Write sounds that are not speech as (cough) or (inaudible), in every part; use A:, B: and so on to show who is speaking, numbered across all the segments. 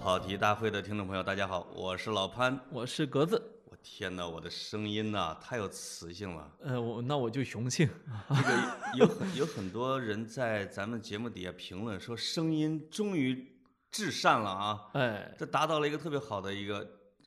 A: 考题大会的听众朋友，大家好，我是老潘。
B: 我是格子，
A: 我天哪，我的声音呐、太有磁性了。
B: 呃，我那我就雄性， (laughs)
A: 这个有很有很多人在咱们节目底下评论说，声音终于至善了啊，
B: 哎，
A: 这达到了一个特别好的一个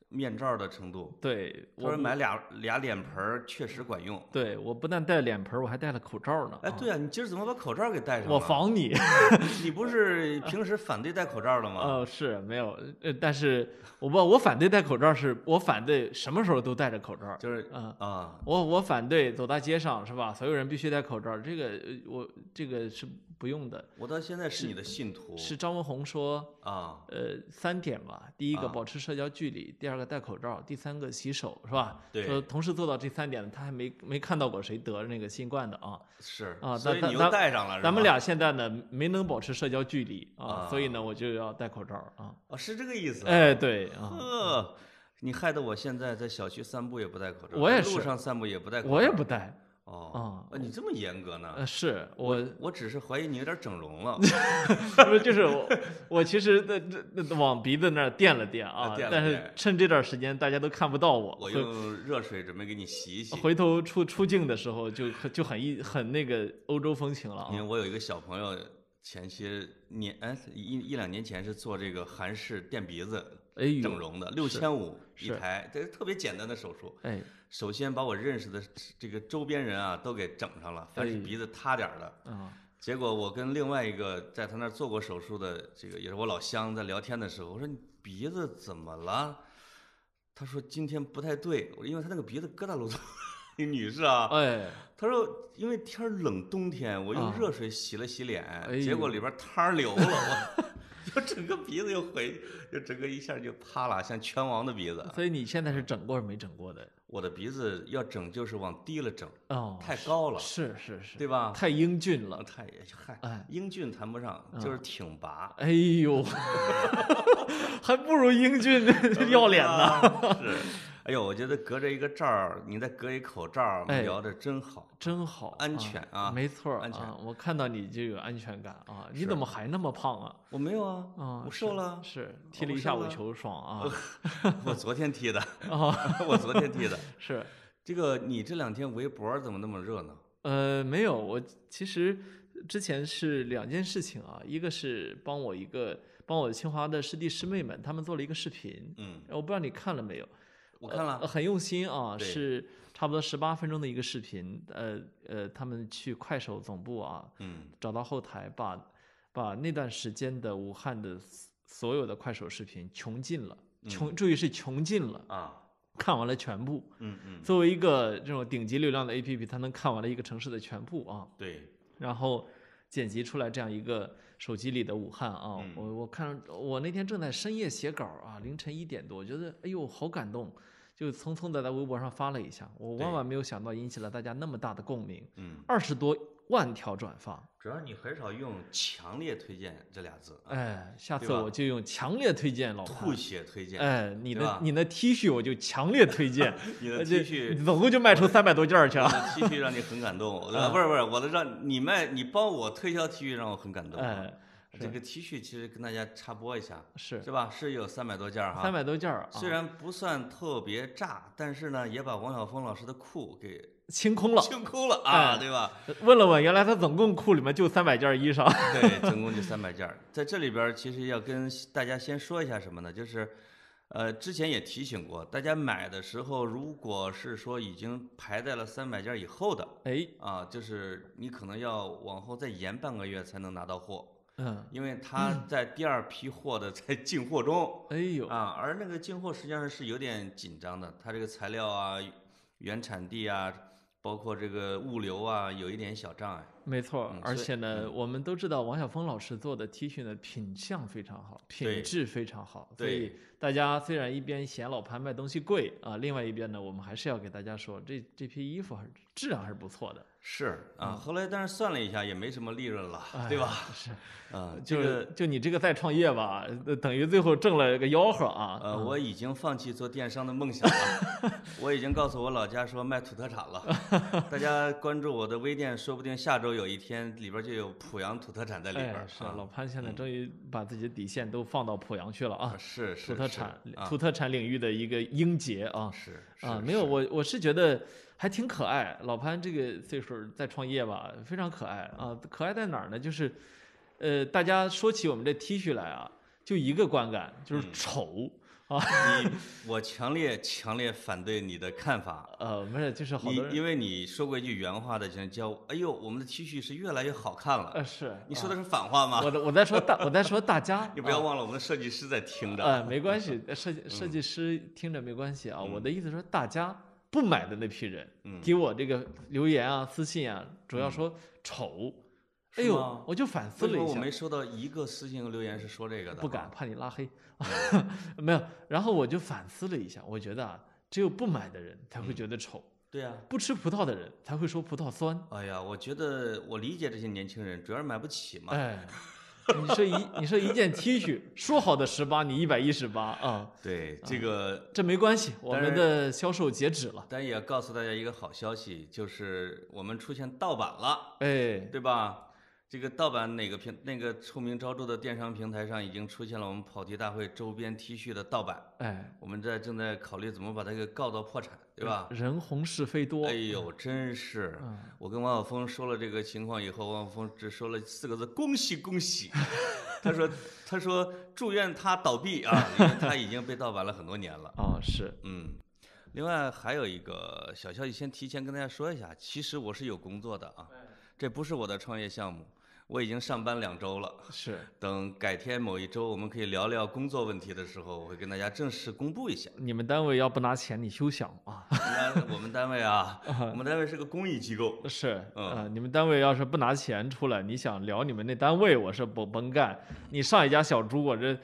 A: 面罩的程度。
B: 对
A: 他说
B: 我
A: 买俩俩脸盆儿确实管用。
B: 对我不但戴脸盆儿，我还戴了口罩呢。
A: 哎，
B: 啊，
A: 对啊，你今儿怎么把口罩给戴上了？
B: 我防你， (laughs)
A: 你不是平时反对戴口罩的吗？
B: 呃，是没有，呃，但是我不，我反对戴口罩是，我反对什么时候都戴着口罩，
A: 就是
B: 啊、
A: 啊，
B: 我我反对走大街上是吧？所有人必须戴口罩，这个呃我这个是不用的。
A: 我到现在是你的信徒
B: 是张文宏说，
A: 啊，
B: 呃，三点吧，第一个
A: 啊
B: 保持社交距离，第二个戴口罩，第三个洗手是吧？
A: 对
B: 说同时做到这三点的，他还没没看到过谁得那个新冠的啊。
A: 是
B: 啊
A: 所以
B: 咱
A: 你又
B: 咱
A: 戴上了。是
B: 咱们
A: 吧
B: 俩现在呢没能保持社交距离
A: 啊
B: 啊，所以呢我就要戴口罩啊。
A: 哦，是这个意思啊。
B: 哎，对啊，
A: 呵，你害得我现在在小区散步也不戴口罩，
B: 我也
A: 在路
B: 是
A: 上散步也不戴口罩，
B: 我也不戴。
A: 哦
B: 啊，
A: 呃你这么严格呢？
B: 呃，是我，
A: 我只是怀疑你有点整容
B: (laughs)
A: 了
B: 不是就
A: (laughs)
B: 是我，我其实那那那往鼻子那儿垫了垫啊
A: 啊，垫了
B: 但是
A: 垫
B: 趁这段时间大家都看不到我，
A: 我
B: 回
A: 用热水准备给你洗一洗。
B: 回头出出镜的时候就很就很一很那个欧洲风情了
A: 因为
B: 啊。
A: 我有一个小朋友，前些年哎一一两年前是做这个韩式垫鼻子
B: 哎呦
A: 整容的，六千五一
B: 是
A: 台，这是特别简单的手术。
B: 哎
A: 首先把我认识的这个周边人啊都给整上了，凡是
B: 哎
A: 鼻子塌点儿的，
B: 啊
A: 结果我跟另外一个在他那儿做过手术的，这个也是我老乡，在聊天的时候，我说你鼻子怎么了？他说今天不太对，我因为他那个鼻子疙瘩噜噜，那 (laughs) 女士啊，
B: 哎
A: 他说因为天儿冷，冬天我用
B: 啊
A: 热水洗了洗脸，
B: 哎呦
A: 结果里边汤儿流了，我 (laughs) 就整个鼻子又回，就整个一下就趴了，像拳王的鼻子。
B: 所以你现在是整过是没整过的？
A: 我的鼻子要整就是往低了整，
B: 哦，
A: 太高了，
B: 是是是，
A: 对吧？
B: 太英
A: (laughs)
B: 俊了。
A: 太嗨，
B: 哎
A: 英俊谈不上，
B: 嗯
A: 就是挺拔。(laughs)
B: 哎呦，还不如英俊
A: (laughs)
B: 要脸呢。
A: 呢。
B: (laughs)
A: 是，哎呦，我觉得隔着一个罩儿，你再隔一口罩儿，我们
B: 哎
A: 聊的真好。
B: 真好，
A: 安全啊
B: 没错儿，
A: 安全
B: 啊。我看到你就有安全感啊！你
A: 是
B: 怎么还那么胖啊？
A: 我没有啊，
B: 啊，
A: 我瘦
B: 是
A: 了，
B: 是
A: 我
B: 踢了
A: 不
B: 一
A: 瘦
B: 下午
A: 了
B: 球，爽啊！
A: (laughs) 我昨天踢的，
B: 啊，
A: (laughs) 我昨天踢的。
B: 是，
A: 这个你这两天微博怎么那么热闹？
B: 呃，没有，我其实之前是两件事情啊，一个是帮我一个帮我清华的师弟师妹们，他们做了一个视频，
A: 嗯，
B: 我不知道你看了没有？
A: 我看
B: 呃
A: 了，
B: 很用心啊，
A: 对
B: 是差不多十八分钟的一个视频，呃呃，他们去快手总部啊，
A: 嗯，
B: 找到后台把把那段时间的武汉的所所有的快手视频穷尽了，
A: 嗯
B: 穷注意是穷尽了，
A: 啊，
B: 看完了全部。
A: 嗯嗯，
B: 作为一个这种顶级流量的 APP，它能看完了一个城市的全部啊，
A: 对，
B: 然后剪辑出来这样一个手机里的武汉啊，
A: 嗯
B: 我我看我那天正在深夜写稿啊，凌晨一点多，我觉得哎呦好感动，就匆匆的在微博上发了一下，我
A: 对
B: 万万没有想到引起了大家那么大的共鸣，
A: 嗯，
B: 二十多万条转发，
A: 主要你很少用“强烈推荐”这俩字，
B: 哎，下次
A: 对吧
B: 我就用强烈推荐老
A: 吐
B: 潘。
A: 血推荐。
B: 哎，你
A: 对吧
B: 的你的 T 恤我就强烈推荐，
A: 你
B: 呃
A: 的 T
B: 这 (laughs)
A: 恤，
B: 总共就卖出三百多件儿
A: (laughs)
B: 去
A: 我
B: 啊！
A: 的 T 恤让你很感动，我的不是不是，我的让你卖，你帮我推销 T 恤让我很感动。
B: 哎，
A: 这个 T 恤其实跟大家插播一下，
B: 是
A: 是吧？是有三百多件儿哈，
B: 三百多件儿啊，
A: 虽然不算特别炸，但是呢，也把王晓峰老师的库给
B: 清空了。 (laughs)
A: 清空了啊，
B: 哎
A: 对吧？
B: 问了问，原来他总共库里面就三百件儿衣裳。
A: 对，总共就三百件儿。在这里边儿，其实要跟大家先说一下什么呢？就是，呃，之前也提醒过大家，买的时候如果是说已经排在了三百件儿以后的
B: 哎，
A: 啊，就是你可能要往后再延半个月才能拿到货，
B: 嗯，
A: 因为它在第二批货的 (laughs) 在进货中。
B: 哎呦，
A: 啊，而那个进货实际上是有点紧张的，它这个材料啊、原产地啊，包括这个物流啊，有一点小障碍。
B: 没错儿
A: 嗯，
B: 而
A: 所以
B: 且呢，我们都知道王晓峰老师做的 T 恤呢，品相非常好，
A: 对
B: 品质非常好，所
A: 对
B: 以大家虽然一边嫌老潘卖东西贵啊，另外一边呢，我们还是要给大家说，这这批衣服还是质量还是不错的，
A: 是啊，后来但是算了一下，也没什么利润了，
B: 嗯哎
A: 对吧？
B: 是，
A: 啊，这
B: 就
A: 个
B: 是就你这个再创业吧，呃等于最后挣了个吆喝啊。
A: 呃
B: (laughs)
A: 呃，我已经放弃做电商的梦想了，我已经告诉我老家说卖土特产了，大家关注我的微店，说不定下周有一天里边就有濮阳土特产在里边
B: 哎，
A: 儿。
B: 是
A: 啊
B: 啊，老潘现在终于把自己的底线都放到濮阳去了啊，
A: 是是
B: 土特
A: 是
B: 产
A: 啊
B: 土特产领域的一个英杰啊
A: 是
B: 啊
A: 是，
B: 没有
A: 是
B: 我我是觉得还挺可爱，老潘这个岁数在创业吧，非常可爱啊，可爱在哪儿呢？就是呃，大家说起我们这 T 恤来啊，就一个观感就是
A: 嗯
B: 丑。
A: 你，我强烈强烈反对你的看法。
B: 呃，没有，就是好
A: 你
B: 多人，
A: 因为你说过一句原话的，就是叫“哎呦，我们的 T 恤是越来越好看了
B: 呃，是”，
A: 你说
B: 的，
A: 的是反话吗，
B: 我？的我在说大，我在说大家
A: (laughs) 你不要
B: 啊
A: 忘嗯了，我们的设计师在听的。
B: 呃，没
A: (laughs)
B: 关系，呃设计设计师听着没关系啊。我的意思说，大家不买的那批人，
A: 嗯
B: 给我这个留言啊、私信啊，主要说丑。
A: 是
B: 哎呦
A: 吗，
B: 我就反思
A: 为什
B: 了
A: 么
B: 一
A: 我
B: 下
A: 没，收到一个私信和留言是说这个的？嗯
B: 不敢，。怕你拉黑。 (laughs) 没有，然后我就反思了一下，我觉得啊，只有不买的人才
A: 嗯
B: 会觉得丑，
A: 对呀、
B: 不吃葡萄的人才会说葡萄酸。
A: 哎呀，我觉得我理解这些年轻人，主要是买不起嘛。
B: 哎， (laughs) 你说一你说一件 T 恤，说好的十八，你一百一十八啊，
A: 对，这个
B: 这没关系，我
A: 但
B: 们
A: 是
B: 的销售截止了。
A: 但也要告诉大家一个好消息，就是我们出现盗版了，
B: 哎，
A: 对吧？这个盗版哪个平那个臭名昭著的电商平台上已经出现了我们跑题大会周边 T 恤的盗版，
B: 哎，
A: 我们在正在考虑怎么把它给告到破产，对吧？
B: 人红是非多，
A: 哎呦，真是！我跟王晓峰说了这个情况以后，王晓峰只说了四个字：恭喜恭喜。他说：“他说祝愿他倒闭啊，因为他已经被盗版了很多年了。”
B: 啊、是，
A: 嗯，另外还有一个小消息，先提前跟大家说一下，其实我是有工作的啊，
B: 哎
A: 这不是我的创业项目，我已经上班两周了。
B: 是，。
A: 等改天某一周我们可以聊聊工作问题的时候，我会跟大家正式公布一下
B: 你们单位要不拿钱，你休想啊！ (laughs)
A: 那我们单位啊，我们单位是个公益机
B: (laughs)
A: 构，
B: 是，
A: 嗯
B: 呃，你们单位要是不拿钱出来，你想聊你们那单位，我是不甭干。你上一家小猪，我这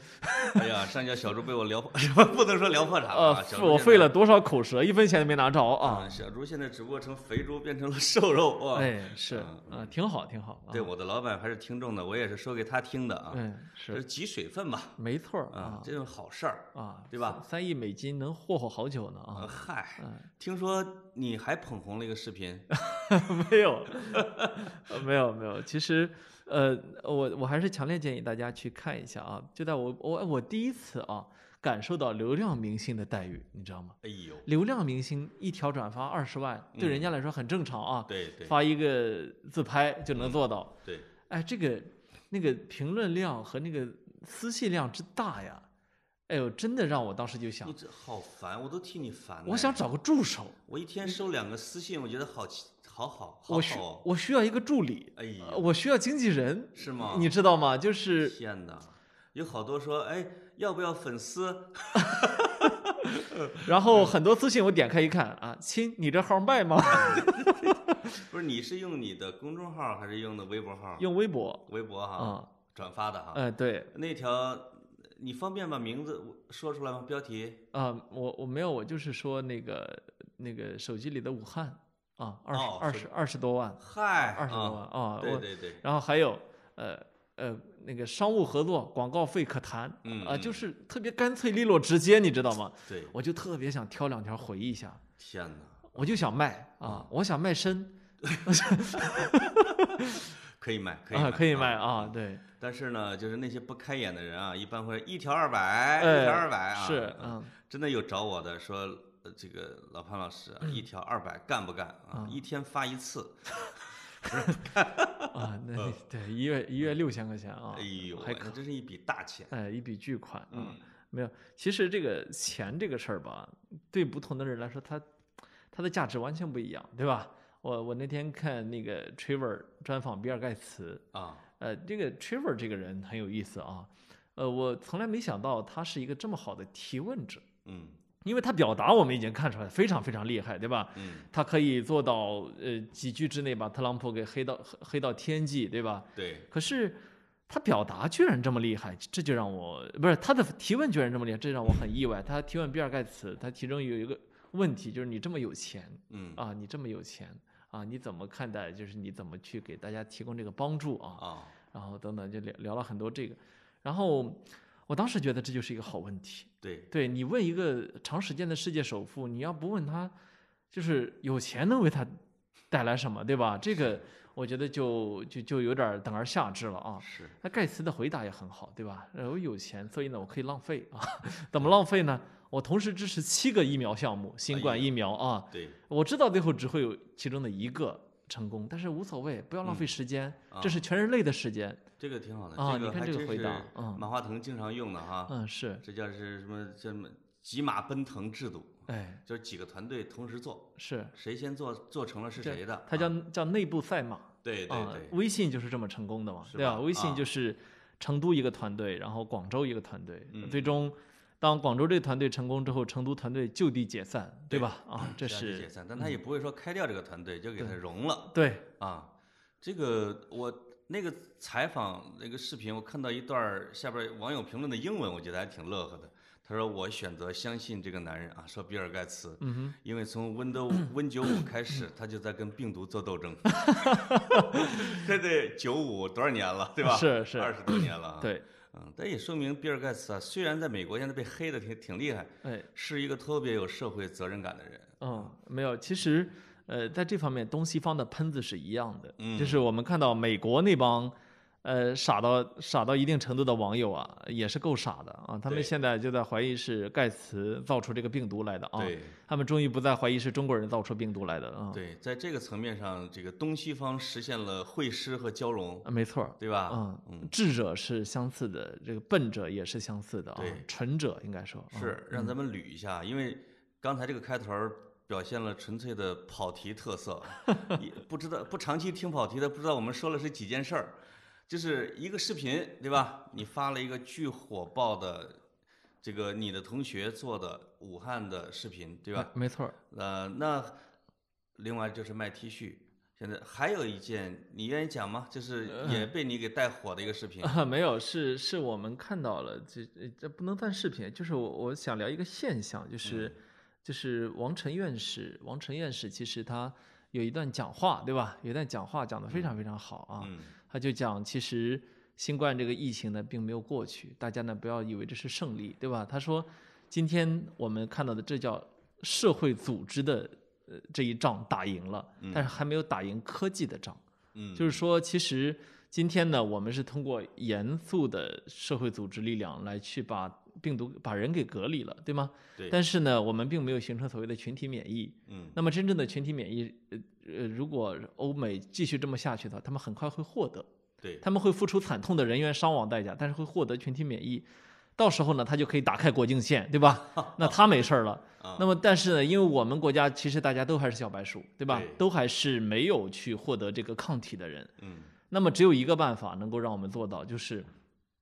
A: 哎呀，上家小猪被我聊破， (laughs) 不能说聊破产了
B: 呃
A: 啊，小，猪
B: 我
A: 现
B: 费
A: 在
B: 了。多少口舌，一分钱都没拿着啊！
A: 啊，小猪现在只不过从肥猪变成了瘦肉哇！
B: 哎，是，啊
A: 嗯、
B: 挺好，挺好啊。
A: 对，，我的老板还是听众的，我也是说给他听的啊，
B: 嗯，
A: 这
B: 是
A: 是，挤水分吧。
B: 没错儿
A: 啊
B: 啊，
A: 这种好事儿。
B: 啊，
A: 对吧
B: 三？三亿美金能霍霍好久呢
A: 呃
B: 啊！
A: 嗨
B: 嗯，
A: 听说你还捧红了一个视
B: (laughs)
A: 频，嗯
B: 没有，呃没有，没有。其实，呃，我我还是强烈建议大家去看一下啊。就在我我我第一次啊，感受到流量明星的待遇，你知道吗？
A: 哎呦，
B: 流量明星一条转发二十万，对人
A: 嗯
B: 家来说很正常啊，
A: 对对
B: 发一个自拍就能做到。
A: 对，
B: 哎，这个那个评论量和那个私信量之大呀，哎呦，真的让我当时就想
A: 你，这好烦，我都替你烦呢。
B: 我想找个助手，
A: 我一天收两个私信，我觉得好奇，好好，好
B: 我需
A: 好哦。
B: 我需要一个助理，
A: 哎
B: 呃
A: 呦，
B: 我需要经纪人，
A: 是吗？
B: 你知道吗？就是 (laughs)
A: 天哪，有好多说，哎，要不要粉丝？ (laughs)
B: 然
A: 嗯
B: 后很多私信我点开一看啊，亲，你这号卖
A: (laughs)
B: 吗？
A: 不是，你是用你的公众号还是用的微博号？
B: 用微博
A: 微博哈，
B: 啊，
A: 转发的哈。
B: 哎对
A: 那条，你方便把名字说出来吗？标题？
B: 啊，我我没有，我就是说那个那个手机里的武汉啊，二十
A: 哦
B: 二
A: 手
B: 十二十多万，
A: 嗨，
B: 二十多万
A: 啊，
B: 啊，
A: 对
B: 我
A: 对对，
B: 然后还有呃呃那个商务合作广告费可谈
A: 嗯
B: 啊，
A: 嗯
B: 就是特别干脆利落直接，你知道吗？
A: 对，
B: 我就特别想挑两条回忆一下，
A: 天哪。
B: 我就想卖
A: 嗯
B: 啊，我想卖身
A: 可以卖，可以
B: 啊，可以
A: 卖。
B: 卖啊，对，
A: 但是呢，就是那些不开眼的人啊，一般会一条二百，
B: 哎
A: 一条二百啊。
B: 是
A: 嗯
B: 嗯。
A: 真的有找我的说，呃这个老潘老师啊，
B: 嗯
A: 一条二百干不干啊？一天发一次，
B: 啊，那那对一月一月六千块钱
A: 嗯
B: 啊，
A: 哎呦，
B: 还
A: 喂嗯
B: 可
A: 那真是一笔大钱。
B: 哎一笔巨款啊，没有。其实这个钱这个事儿吧，对不同的人来说，它它的价值完全不一样，对吧？我我那天看那个 Trevor 专访比尔盖茨，
A: 啊，
B: 呃，这个 Trevor 这个人很有意思啊，呃，我从来没想到他是一个这么好的提问者，
A: 嗯
B: 因为他表达我们已经看出来非常非常厉害，对吧？
A: 嗯，
B: 他可以做到呃几句之内把特朗普给黑到黑黑到天际，对吧？
A: 对，
B: 可是他表达居然这么厉害，这就让我不是他的提问居然这么厉害，这让我很意外。他提问比尔盖茨，他其中有一个问题就是你这么有钱
A: 嗯
B: 啊，你这么有钱啊，你怎么看待？就是你怎么去给大家提供这个帮助啊？
A: 啊，
B: 然后等等就聊聊了很多这个，然后我当时觉得这就是一个好问题。
A: 对，
B: 对你问一个长时间的世界首富，你要不问他，就是有钱能为他带来什么，对吧？这个我觉得就就就有点等而下之了啊。
A: 是，
B: 那盖茨的回答也很好，对吧？呃，我有钱，所以呢，我可以浪费啊。 (laughs) 怎么浪费呢？我同时支持七个疫苗项目，新冠疫苗啊。
A: 对，
B: 我知道最后只会有其中的一个成功，但是无所谓，不要浪费时间，
A: 啊
B: 这是全人类的时间。
A: 这个挺好的，
B: 啊
A: 这
B: 你
A: 个
B: 看
A: 还
B: 这个
A: 真
B: 回
A: 是
B: 答嗯
A: 马化腾经常用的哈，
B: 嗯，是，
A: 这叫是什么叫什么几马奔腾制度，
B: 哎，
A: 就是几个团队同时做，
B: 是，
A: 谁先做做成了是
B: 这
A: 谁的，
B: 它
A: 啊
B: 叫叫内部赛马。
A: 对对
B: 啊
A: 对，，
B: 微信就是这么成功的嘛，
A: 是
B: 对吧？
A: 吧
B: 微信
A: 啊
B: 就是成都一个团队，然后广州一个团队，
A: 嗯
B: 最终当广州这个团队成功之后，成都团队就地解散，对
A: 对
B: 吧？啊，这
A: 是啊这
B: 是
A: 解散，但他也不会说开掉这个团队就给他
B: 对
A: 融了。
B: 对，
A: 啊，这个我那个采访那个视频，我看到一段儿下边儿网友评论的英文，我觉得还挺乐呵的。他说：“我选择相信这个男人啊，说比尔盖茨，
B: 嗯哼，
A: 因为从
B: (laughs)
A: Windows Win 九五开始，他就在跟病毒做斗争。这得九五多少年了，对吧？
B: 是是
A: 二十多年了、啊。，
B: (clears throat) 对，
A: 嗯，但也说明比尔盖茨啊，虽然在美国现在被黑的挺挺厉害，
B: 哎，
A: 是一个特别有社会责任感的人。
B: 嗯，没有，其实呃，在这方面东西方的喷子是一样的，
A: 嗯
B: 就是我们看到美国那帮。呃，傻到傻到一定程度的网友啊，也是够傻的啊！他们
A: 对
B: 现在就在怀疑是盖茨造出这个病毒来的啊！
A: 对。”
B: 他们终于不再怀疑是中国人造出病毒来的啊！
A: 对，在这个层面上，这个东西方实现了会师和交融，
B: 啊，没错儿，
A: 对吧？
B: 啊，
A: 嗯，
B: 智者是相似的，这个笨者也是相似的啊
A: 对，
B: 蠢者应该说啊
A: 是让咱们捋一下，因为刚才这个开头儿表现了纯粹的跑题特
B: (laughs)
A: 色，也不知道不长期听跑题的不知道我们说了是几件事儿，就是一个视频，对吧？你发了一个巨火爆的。这个你的同学做的武汉的视频，对吧？
B: 啊没没错儿，
A: 呃，那另外就是卖 T 恤，现在还有一件，你愿意讲吗？就是
B: 呃
A: 也被你给带火的一个视
B: (laughs)
A: 频，
B: 啊，没有，是是我们看到了，这呃这不能算视频，就是我我想聊一个现象，
A: 嗯
B: 就是、就是王晨院士，王晨院士其实他有一段讲话，对吧？有一段讲话讲得非常非常好啊，
A: 嗯，
B: 他就讲，其实新冠这个疫情呢并没有过去，大家呢不要以为这是胜利，对吧？他说，今天我们看到的这叫社会组织的呃这一仗打赢了，但是还没有打赢科技的仗。
A: 嗯，
B: 就是说，其实今天呢，我们是通过严肃的社会组织力量来去把病毒把人给隔离了，对吗？
A: 对
B: 但是呢，我们并没有形成所谓的群体免疫。
A: 嗯
B: 那么真正的群体免疫，呃呃，如果欧美继续这么下去的话，他们很快会获得，
A: 对，
B: 他们会付出惨痛的人员伤亡代价，但是会获得群体免疫。到时候呢，他就可以打开国境线，对吧？那他没事儿了。
A: (laughs) 啊
B: 那么，但是呢，因为我们国家其实大家都还是小白鼠，对吧？
A: 对
B: 都还是没有去获得这个抗体的人。
A: 嗯，
B: 那么只有一个办法能够让我们做到，就是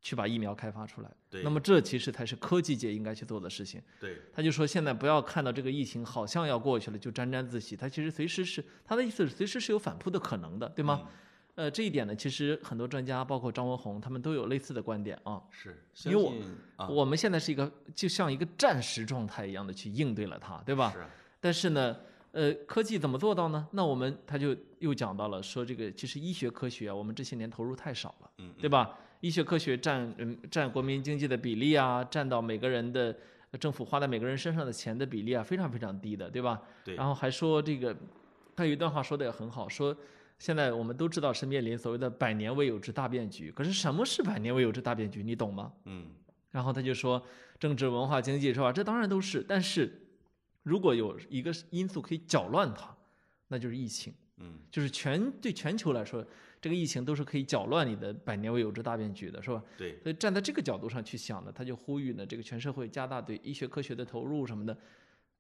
B: 去把疫苗开发出来。
A: 对
B: 那么这其实才是科技界应该去做的事情。
A: 对，
B: 他就说，现在不要看到这个疫情好像要过去了就沾沾自喜，他其实随时是他的意思是随时是有反扑的可能的，对吗？
A: 嗯
B: 呃，这一点呢，其实很多专家，包括张文宏，他们都有类似的观点啊。
A: 是，
B: 因
A: 相
B: 为我
A: 信啊，
B: 我们现在是一个就像一个战时状态一样的去应对了它，对吧？
A: 是啊
B: 但是呢，呃，科技怎么做到呢？那我们他就又讲到了说，这个其实医学科学啊，我们这些年投入太少了，
A: 嗯
B: 对吧？医学科学占嗯占国民经济的比例啊，占到每个人的呃政府花在每个人身上的钱的比例啊，非常非常低的，对吧？
A: 对
B: 然后还说这个，他有一段话说的也很好，说。现在我们都知道是面临所谓的百年未有之大变局，可是什么是百年未有之大变局？你懂吗？
A: 嗯，
B: 然后他就说，政治、文化、经济是吧？这当然都是，但是如果有一个因素可以搅乱它，那就是疫情。
A: 嗯，
B: 就是全对全球来说，这个疫情都是可以搅乱你的百年未有之大变局的，是吧？
A: 对，
B: 所以站在这个角度上去想呢，他就呼吁呢，这个全社会加大对医学科学的投入什么的。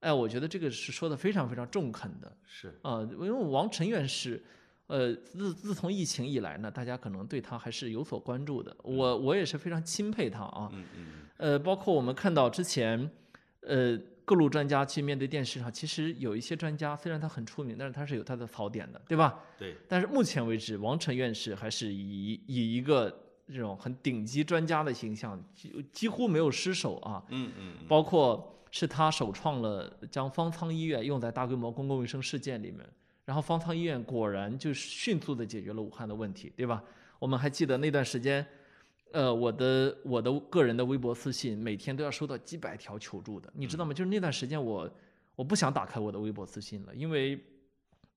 B: 哎，我觉得这个是说的非常非常中肯的。
A: 是，
B: 啊、因为王晨院士，呃，自自从疫情以来呢，大家可能对他还是有所关注的。我我也是非常钦佩他啊。
A: 嗯嗯，
B: 呃，包括我们看到之前，呃，各路专家去面对电视上，其实有一些专家虽然他很出名，但是他是有他的槽点的，对吧？
A: 对，
B: 但是目前为止，王晨院士还是以以一个这种很顶级专家的形象，几几乎没有失手啊。
A: 嗯嗯，
B: 包括是他首创了将方舱医院用在大规模公共卫生事件里面，然后方舱医院果然就迅速的解决了武汉的问题，对吧？我们还记得那段时间，呃，我的我的个人的微博私信每天都要收到几百条
A: 嗯
B: 求助的，你知道吗？就是那段时间我我不想打开我的微博私信了，因为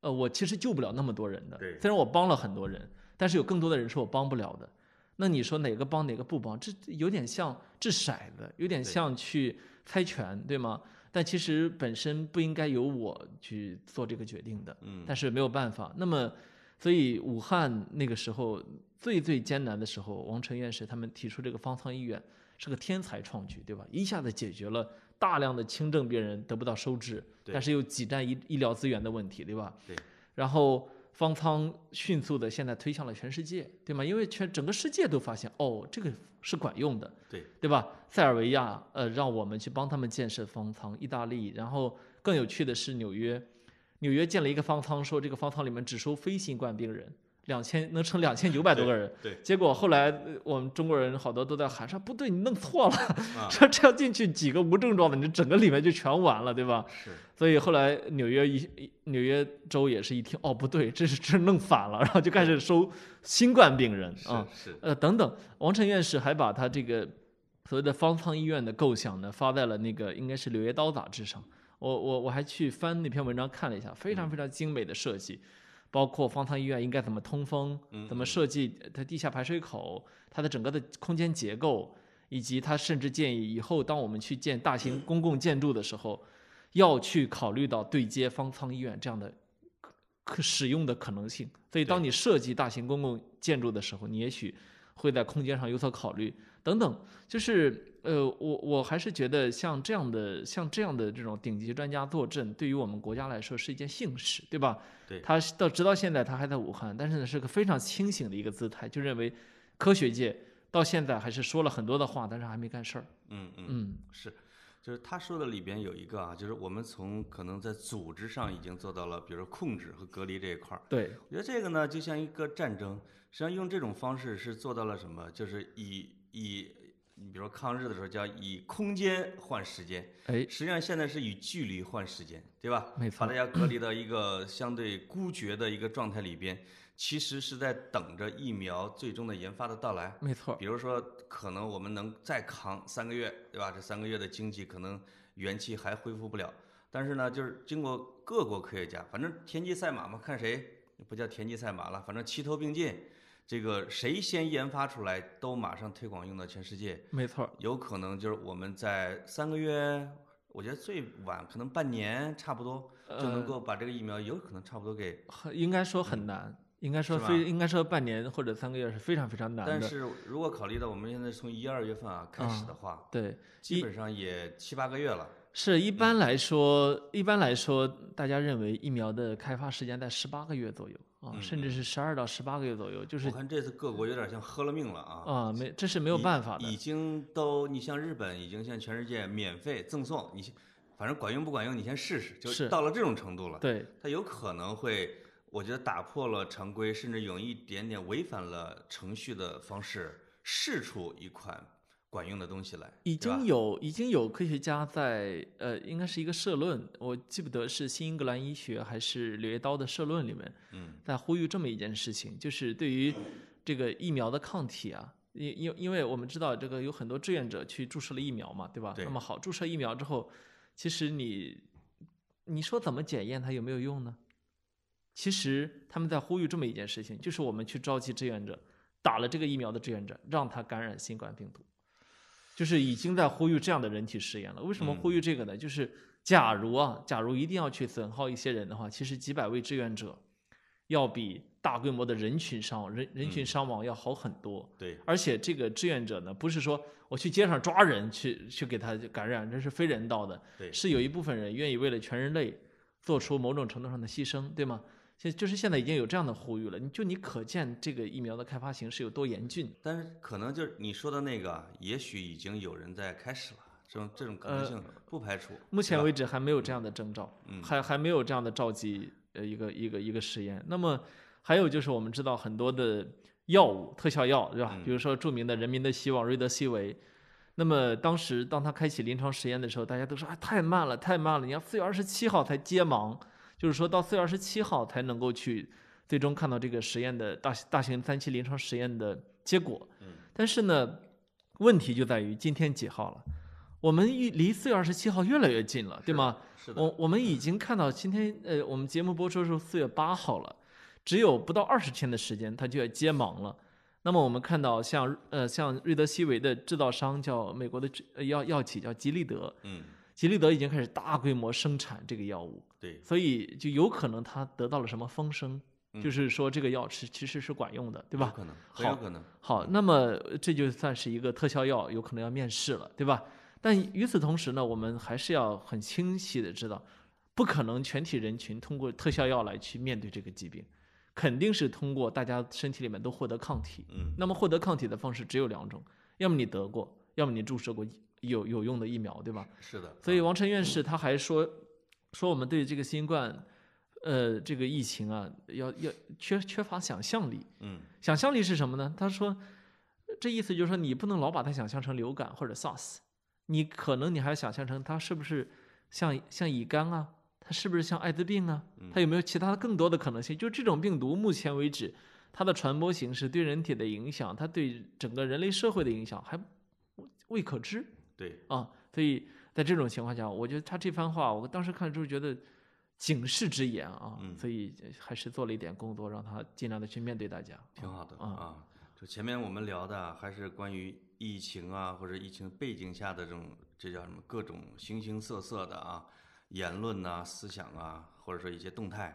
B: 呃，我其实救不了那么多人的。
A: 对
B: 虽然我帮了很多人，但是有更多的人是我帮不了的。那你说哪个帮哪个不帮？这这有点像掷骰子，有点
A: 对
B: 像去猜拳，对吗？但其实本身不应该由我去做这个决定的，
A: 嗯，
B: 但是没有办法。那么，所以武汉那个时候最最艰难的时候，王晨院士他们提出这个方舱医院是个天才创举，对吧？一下子解决了大量的轻症病人得不到收治，
A: 对
B: 但是又挤占医医疗资源的问题，对吧？
A: 对。
B: 然后方舱迅速的现在推向了全世界，对吗？因为全整个世界都发现，哦，这个是管用的，
A: 对
B: 对吧？塞尔维亚，呃，让我们去帮他们建设方舱，意大利，然后更有趣的是纽约，纽约建了一个方舱，说这个方舱里面只收非新冠病人，两千能盛两千九百多个人。
A: 对
B: 结果后来呃我们中国人好多都在喊说不对，你弄错了，
A: 啊，
B: 说这要进去几个无症状的，你整个里面就全完了，对吧？
A: 是
B: 所以后来纽约一一纽约州也是一听，哦，不对，这是这弄反了，然后就开始收新冠病人啊
A: 是，是，
B: 呃等等。王晨院士还把他这个所谓的方舱医院的构想呢，发在了那个应该是《柳叶刀》杂志上。我我我还去翻那篇文章看了一下，非常非常精美的设计，包括方舱医院应该怎么通风，
A: 嗯，
B: 怎么
A: 嗯
B: 设计它地下排水口，它的整个的空间结构，以及它甚至建议以后，当我们去建大型公共建筑的时候，要去考虑到对接方舱医院这样的可可使用的可能性。所以，当你设计大型公共建筑的时候，你也许会在空间上有所考虑等等。就是呃，我我还是觉得像这样的像这样的这种顶级专家坐镇，对于我们国家来说是一件幸事，对吧？
A: 对
B: 他是到直到现在他还在武汉，但是呢是个非常清醒的一个姿态，就认为科学界到现在还是说了很多的话，但是还没干事儿。
A: 嗯嗯
B: 嗯，
A: 是，就是他说的里边有一个啊，就是我们从可能在组织上已经做到了，比如说控制和隔离这一块儿。
B: 对，
A: 我觉得这个呢，就像一个战争，实际上用这种方式是做到了什么？就是以以你比如说抗日的时候叫以空间换时间，
B: 哎，
A: 实际上现在是以距离换时间，对吧？
B: 没
A: 把
B: 错
A: 大，家隔离到一个相对孤绝的一个状态里边，其实是在等着疫苗最终的研发的到来。
B: 没错，
A: 比如说，可能我们能再扛三个月，对吧？这三个月的经济可能元气还恢复不了，但是呢，就是经过各国科学家，反正田忌赛马嘛，看谁不叫田忌赛马了，反正齐头并进，这个谁先研发出来，都马上推广用到全世界。
B: 没错，
A: 有可能就是我们在三个月，我觉得最晚可能半年差不多就能
B: 呃，
A: 够把这个疫苗，有可能差不多给。
B: 很应该说很难。应该说
A: 嗯是吧
B: 非应该说半年或者三个月是非常非常难的，嗯
A: 但是如果考虑到我们现在从一二月份啊开始的话，
B: 对，
A: 基本上也七八个月了。
B: 是
A: 嗯
B: 一般来说，一般来说，大家认为疫苗的开发时间在十八个月左右啊，
A: 嗯
B: 甚至是十二到十八个月左右，就是
A: 我看这次各国有点像喝了命了啊，
B: 啊，没这是没有
A: 已
B: 办法的。
A: 已经都你像日本已经向全世界免费赠送，你先反正管用不管用你先试试，就是到了这种程度了，
B: 对，
A: 它有可能会。我觉得打破了常规，甚至有一点点违反了程序的方式，试出一款管用的东西来，
B: 已
A: 对吧
B: 经有已经有科学家在呃，应该是一个社论，我记不得是新英格兰医学还是《柳叶刀》的社论里面，
A: 嗯，
B: 在呼吁这么一件事情，就是对于这个疫苗的抗体啊，因因因为我们知道这个有很多志愿者去注射了疫苗嘛，对吧？
A: 对
B: 那么好，注射疫苗之后，其实你你说怎么检验它有没有用呢？其实他们在呼吁这么一件事情，就是我们去召集志愿者，打了这个疫苗的志愿者，让他感染新冠病毒，就是已经在呼吁这样的人体实验了。为什么呼吁这个呢？就是假如啊，假如一定要去损耗一些人的话，其实几百位志愿者要比大规模的人群伤人人群
A: 嗯
B: 伤亡要好很多。
A: 对，
B: 而且这个志愿者呢，不是说我去街上抓人去去给他感染，这是非人道的。
A: 对
B: 是有一部分人愿意为了全人类做出某种程度上的牺牲，对吗？现就是现在已经有这样的呼吁了，你就你可见这个疫苗的开发形势有多严峻。
A: 但是可能就是你说的那个啊，也许已经有人在开始了，这种这种可能
B: 呃
A: 性不排除。
B: 目前
A: 对吧
B: 为止还没有这样的征兆，
A: 嗯
B: 还还没有这样的召集呃一个一个一个实验。那么还有就是我们知道很多的药物特效药对吧？
A: 嗯
B: 比如说著名的人民的希望瑞德西韦。那么当时当他开启临床实验的时候，大家都说啊太慢了，太慢了！你要四月二十七号才揭盲，就是说到四月二十七号才能够去最终看到这个实验的大大型三期临床实验的结果。
A: 嗯，
B: 但是呢，问题就在于今天几号了？我们一离四月二十七号越来越近了，
A: 是
B: 对吗？
A: 是的，
B: 我我们已经看到今天，呃，我们节目播出的时候四月八号了，只有不到二十天的时间，它就要揭盲了。那么我们看到像，呃像瑞德西韦的制造商叫美国的制呃药药企叫吉利德，
A: 嗯，
B: 吉利德已经开始大规模生产这个药物，
A: 对，
B: 所以就有可能它得到了什么风声，
A: 嗯
B: 就是说这个药吃其实是管用的，对
A: 对
B: 吧？
A: 可能，很有
B: 好
A: 可能，
B: 好，那么这就算是一个特效药，有可能要面世了，对吧？但与此同时呢，我们还是要很清晰的知道，不可能全体人群通过特效药来去面对这个疾病，肯定是通过大家身体里面都获得抗体。
A: 嗯，
B: 那么获得抗体的方式只有两种，要么你得过，要么你注射过有有用的疫苗，对吧？
A: 是的，
B: 所以王晨院士他还说，说我们对这个新冠，呃，这个疫情啊，要要缺缺乏想象力。
A: 嗯，
B: 想象力是什么呢？他说，这意思就是说你不能老把它想象成流感或者 SARS，你可能你还要想象成它是不是像像乙肝啊，它是不是像艾滋病啊，它有没有其他更多的可能性？就这种病毒，目前为止它的传播形式对人体的影响，它对整个人类社会的影响还未未可知。
A: 对，
B: 啊，所以在这种情况下，我觉得他这番话，我当时看就是觉得警示之言啊，
A: 嗯
B: 所以还是做了一点工作，让他尽量的去面对大家。
A: 挺好的
B: 啊
A: 啊。就前面我们聊的啊还是关于疫情啊，或者疫情背景下的这种，这叫什么？各种形形色色的啊，言论呐、思想啊，或者说一些动态。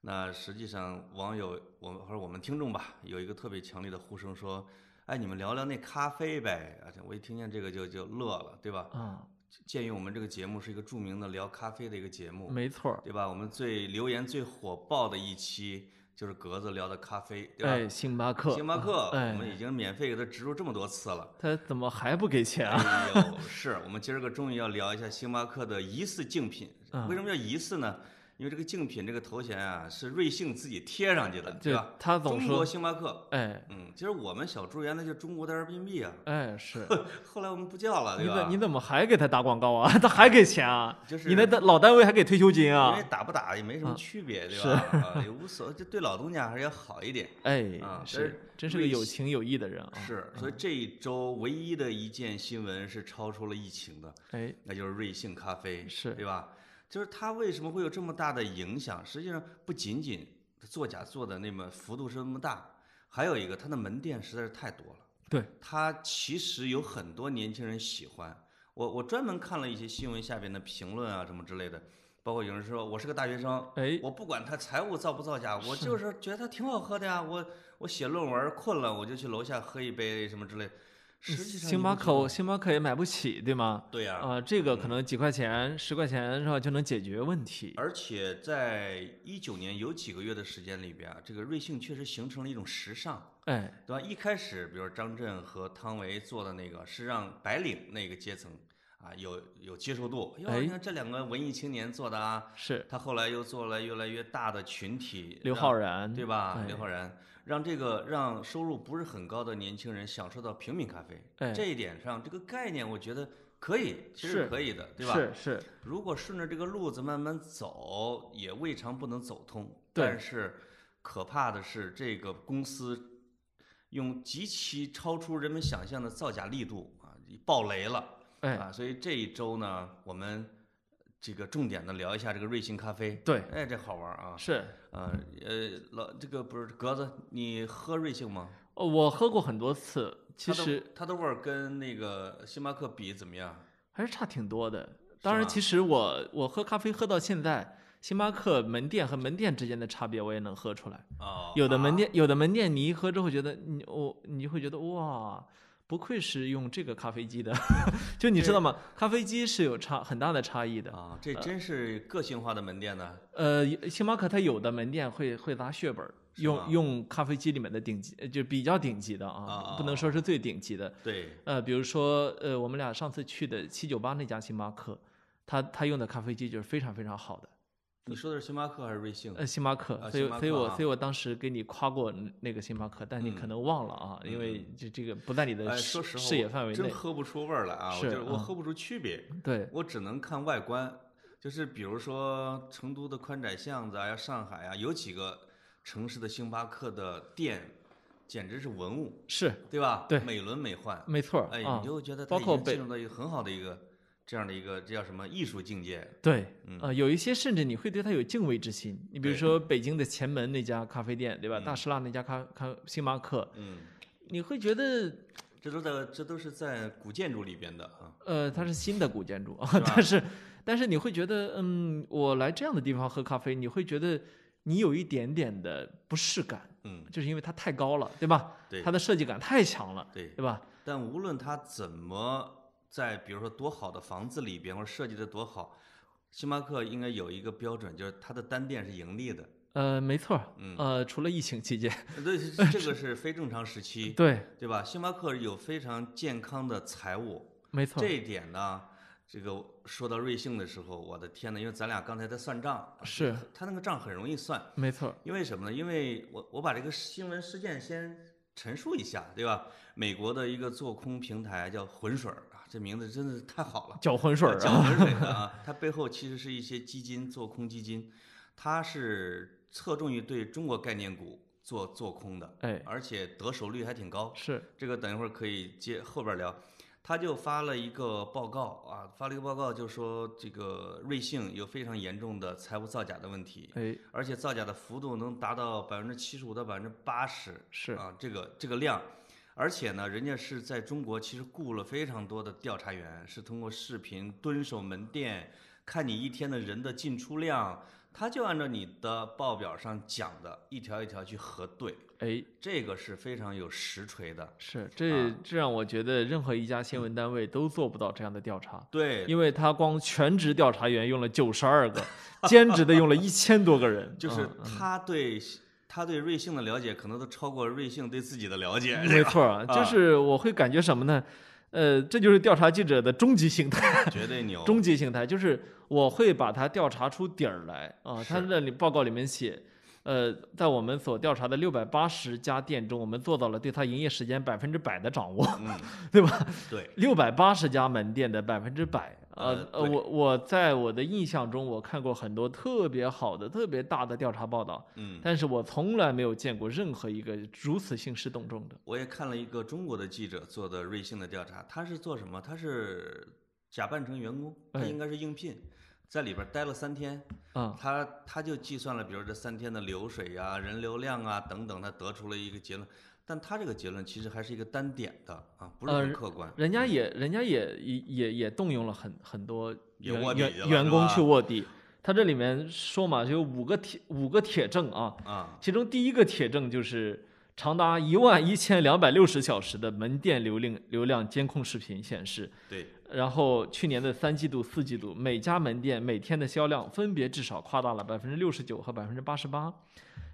A: 那实际上，网友我们或者我们听众吧，有一个特别强烈的呼声说：“哎，你们聊聊那咖啡呗！”啊，这我一听见这个就就乐了，对吧？
B: 啊，
A: 鉴于我们这个节目是一个著名的聊咖啡的一个节目，
B: 没错儿，
A: 对吧？我们最留言最火爆的一期就是格子聊的咖啡，对吧？
B: 哎，星巴克，
A: 星巴克，我们
B: 哎，
A: 已经免费给他植入这么多次了。
B: 他怎么还不给钱啊？
A: 哎呦，是我们今儿个终于要聊一下星巴克的疑似竞品。
B: 嗯
A: 为什么叫疑似呢？因为这个竞品这个头衔啊，是瑞幸自己贴上去的，对
B: 就
A: 吧？
B: 他总
A: 中国
B: 说，
A: 星巴克，
B: 哎
A: 嗯，其实我们小猪原来就中国的 Airbnb 啊，
B: 哎是。
A: 后来我们不叫了，
B: 你
A: 对吧
B: 怎？你怎么还给他打广告啊？ (laughs) 他还给钱啊？
A: 就是
B: 你那单老单位还给退休金
A: 因为
B: 啊？
A: 打不打也没什么
B: 啊
A: 区别，对
B: 是
A: 吧？啊也无所谓，就对老东家还是要好一点。
B: 哎
A: 啊，但
B: 是
A: 是，
B: 真是个
A: 瑞
B: 有
A: 幸
B: 情有义的人啊。
A: 是，所以这一周唯一的一件新闻是超出了疫情的，
B: 哎，
A: 那就是瑞幸咖啡，
B: 是
A: 对吧？就是它为什么会有这么大的影响？实际上不仅仅作假做的那么幅度是那么大，还有一个它的门店实在是太多了。
B: 对，
A: 它其实有很多年轻人喜欢。我我专门看了一些新闻下边的评论啊什么之类的，包括有人说我是个大学生，
B: 哎，
A: 我不管它财务造不造假，我
B: 是
A: 就是觉得它挺好喝的呀。我我写论文困了，我就去楼下喝一杯什么之类。实际上
B: 星
A: 你
B: 巴
A: 不知
B: 克，
A: 道
B: 星巴克也买不起，对吗？
A: 对嗯呀、
B: 啊、这个可能几块钱、十块钱是吧，就能解决问题。
A: 而且在一九年有几个月的时间里边啊，这个瑞幸确实形成了一种时尚，
B: 哎，
A: 对吧？一开始，比如张震和汤唯做的那个是让白领那个阶层啊有有接受度，哟，
B: 哎
A: 你看这两个文艺青年做的啊，
B: 是
A: 他后来又做了越来越大的群体，
B: 刘
A: 让
B: 昊然
A: 啊对吧
B: 哎？
A: 刘昊然让这个让收入不是很高的年轻人享受到平民咖啡，
B: 哎
A: 这一点上这个概念我觉得可以，其实
B: 是
A: 可以的，对吧？啊
B: 是是，
A: 如果顺着这个路子慢慢走，也未尝不能走通。
B: 对
A: 但是可怕的是，这个公司用极其超出人们想象的造假力度啊，爆雷了。
B: 哎，
A: 啊，所以这一周呢，我们这个重点的聊一下这个瑞幸咖啡。
B: 对，
A: 哎，这好玩啊！
B: 是。
A: 呃呃，老这个不是格子，你喝瑞幸吗？
B: 哦，我喝过很多次，其
A: 它的
B: 实
A: 它的味儿跟那个星巴克比怎么样？
B: 还是差挺多的。当然，
A: 吧
B: 其实我我喝咖啡喝到现在，星巴克门店和门店之间的差别我也能喝出来。
A: 哦，
B: 有的门
A: 啊
B: 店，有的门店你一喝之后觉得你我你会觉得哇，不愧是用这个咖啡机的， (laughs) 就你知道吗？咖啡机是有差很大的差异的。
A: 啊，这真是个性化的门店呢。
B: 呃，星巴克它有的门店会会拉血本儿，
A: 是吗
B: 用用咖啡机里面的顶级，呃就比较顶级的啊
A: 啊，
B: 不能说是最顶级的。
A: 对，
B: 呃，比如说呃，我们俩上次去的七九八那家星巴克，它它用的咖啡机就是非常非常好的。
A: 你说的是星巴克还是瑞幸？
B: 呃，星巴克，
A: 啊
B: 所以
A: 星巴
B: 所以
A: 克
B: 我
A: 啊
B: 所以我当时给你夸过那个星巴克，但你可能忘了啊，因为这这个不在你的
A: 嗯哎，说
B: 视
A: 实话，
B: 视野
A: 我
B: 范围
A: 真
B: 内。
A: 喝不出味儿来啊！我就
B: 是
A: 是我
B: 嗯
A: 喝不出区别，
B: 对，
A: 我只能看外观。就是比如说成都的宽窄巷子啊，呀上海啊，有几个城市的星巴克的店，简直是文物，
B: 是
A: 对吧？
B: 对
A: 美轮美奂。
B: 没错儿
A: 哎，
B: 啊
A: 你，就觉得它
B: 包
A: 已
B: 括
A: 经
B: 北
A: 进入到一个很好的一个这样的一个这叫什么艺术境界？
B: 对，
A: 嗯
B: 呃，有一些甚至你会对他有敬畏之心。你比如
A: 对
B: 说北京的前门那家咖啡店，对吧？大
A: 嗯
B: 石蜡那家咖咖星巴克，
A: 嗯，
B: 你会觉得，
A: 这都在这都是在古建筑里边的啊。
B: 呃，它是新的古建筑啊，
A: 是吧
B: (laughs) 但是，但是你会觉得，嗯，我来这样的地方喝咖啡，你会觉得你有一点点的不适感，
A: 嗯，
B: 就是因为它太高了，对吧？
A: 对
B: 它的设计感太强了，
A: 对。
B: 对吧？
A: 但无论它怎么在，比如说多好的房子里边，或者设计的多好，星巴克应该有一个标准，就是它的单店是盈利的。
B: 呃，没错儿，
A: 嗯
B: 呃，除了疫情期间，
A: 对，这个是非正常时期，
B: 对，
A: 对吧？星巴克有非常健康的财务，
B: 没错儿
A: 这，一点呢，这个说到瑞幸的时候，我的天呐，因为咱俩刚才在算账，啊
B: 是
A: 他那个账很容易算，
B: 没错儿，
A: 因为什么呢？因为我我把这个新闻事件先陈述一下，对吧？美国的一个做空平台叫浑水儿啊，这名字真的是太好了。
B: 搅浑水儿
A: 搅
B: 啊，
A: 浑水的
B: (laughs)
A: 啊，它背后其实是一些基金做空基金，它是侧重于对中国概念股做做空的，
B: 哎，
A: 而且得手率还挺高。
B: 是，
A: 这个等一会儿可以接后边聊。他就发了一个报告啊，发了一个报告，就说这个瑞幸有非常严重的财务造假的问题，
B: 哎，
A: 而且造假的幅度能达到百分之七十五到百分之八十，
B: 是，
A: 啊，这个这个量，而且呢，人家是在中国其实雇了非常多的调查员，是通过视频蹲守门店，看你一天的人的进出量，他就按照你的报表上讲的一条一条去核对，
B: 哎，
A: 这个是非常有实锤的。
B: 是，这
A: 啊嗯
B: 这让我觉得任何一家新闻单位都做不到这样的调查，
A: 对，
B: 因为他光全职调查员用了九十二个， (laughs) 兼职的用了一千多个人，
A: 就是
B: 嗯
A: 他对他对瑞幸的了解，可能都超过瑞幸对自己的了解。
B: 没错儿，就
A: 啊
B: 是我会感觉什么呢？呃，这就是调查记者的终极形态。
A: 绝对牛。
B: 终极形态，就是我会把它调查出底儿来啊。他
A: 是
B: 那里报告里面写，呃，在我们所调查的六百八十家店中，我们做到了对它营业时间百分之百的掌握， (laughs)
A: 嗯，
B: 对吧？
A: 对，
B: 六百八十家门店的百分之百。呃
A: 呃
B: 呃，
A: 对
B: 我我在我的印象中，我看过很多特别好的、特别大的调查报道，
A: 嗯，
B: 但是我从来没有见过任何一个如此兴师动众的。
A: 我也看了一个中国的记者做的瑞幸的调查，他是做什么？他是假扮成员工，他
B: 哎
A: 应该是应聘，在里边待了三天，
B: 啊、
A: 他他就计算了，比如这三天的流水呀、人流量啊等等，他得出了一个结论。但他这个结论其实还是一个单点的啊，不是很
B: 呃
A: 客观。
B: 人家
A: 嗯
B: 也，人家也也也也动用了很很多
A: 也
B: 员
A: 卧底去
B: 员
A: 了
B: 员
A: 是
B: 工
A: 吧
B: 去卧底。他这里面说嘛，就有五个铁五个铁证啊，
A: 啊，
B: 其中第一个铁证就是长达一万一千两百六十小时的门店流量流量监控视频显示，
A: 对，
B: 然后去年的三季度、四季度，每家门店每天的销量分别至少夸大了百分之六十九和百分之八十八。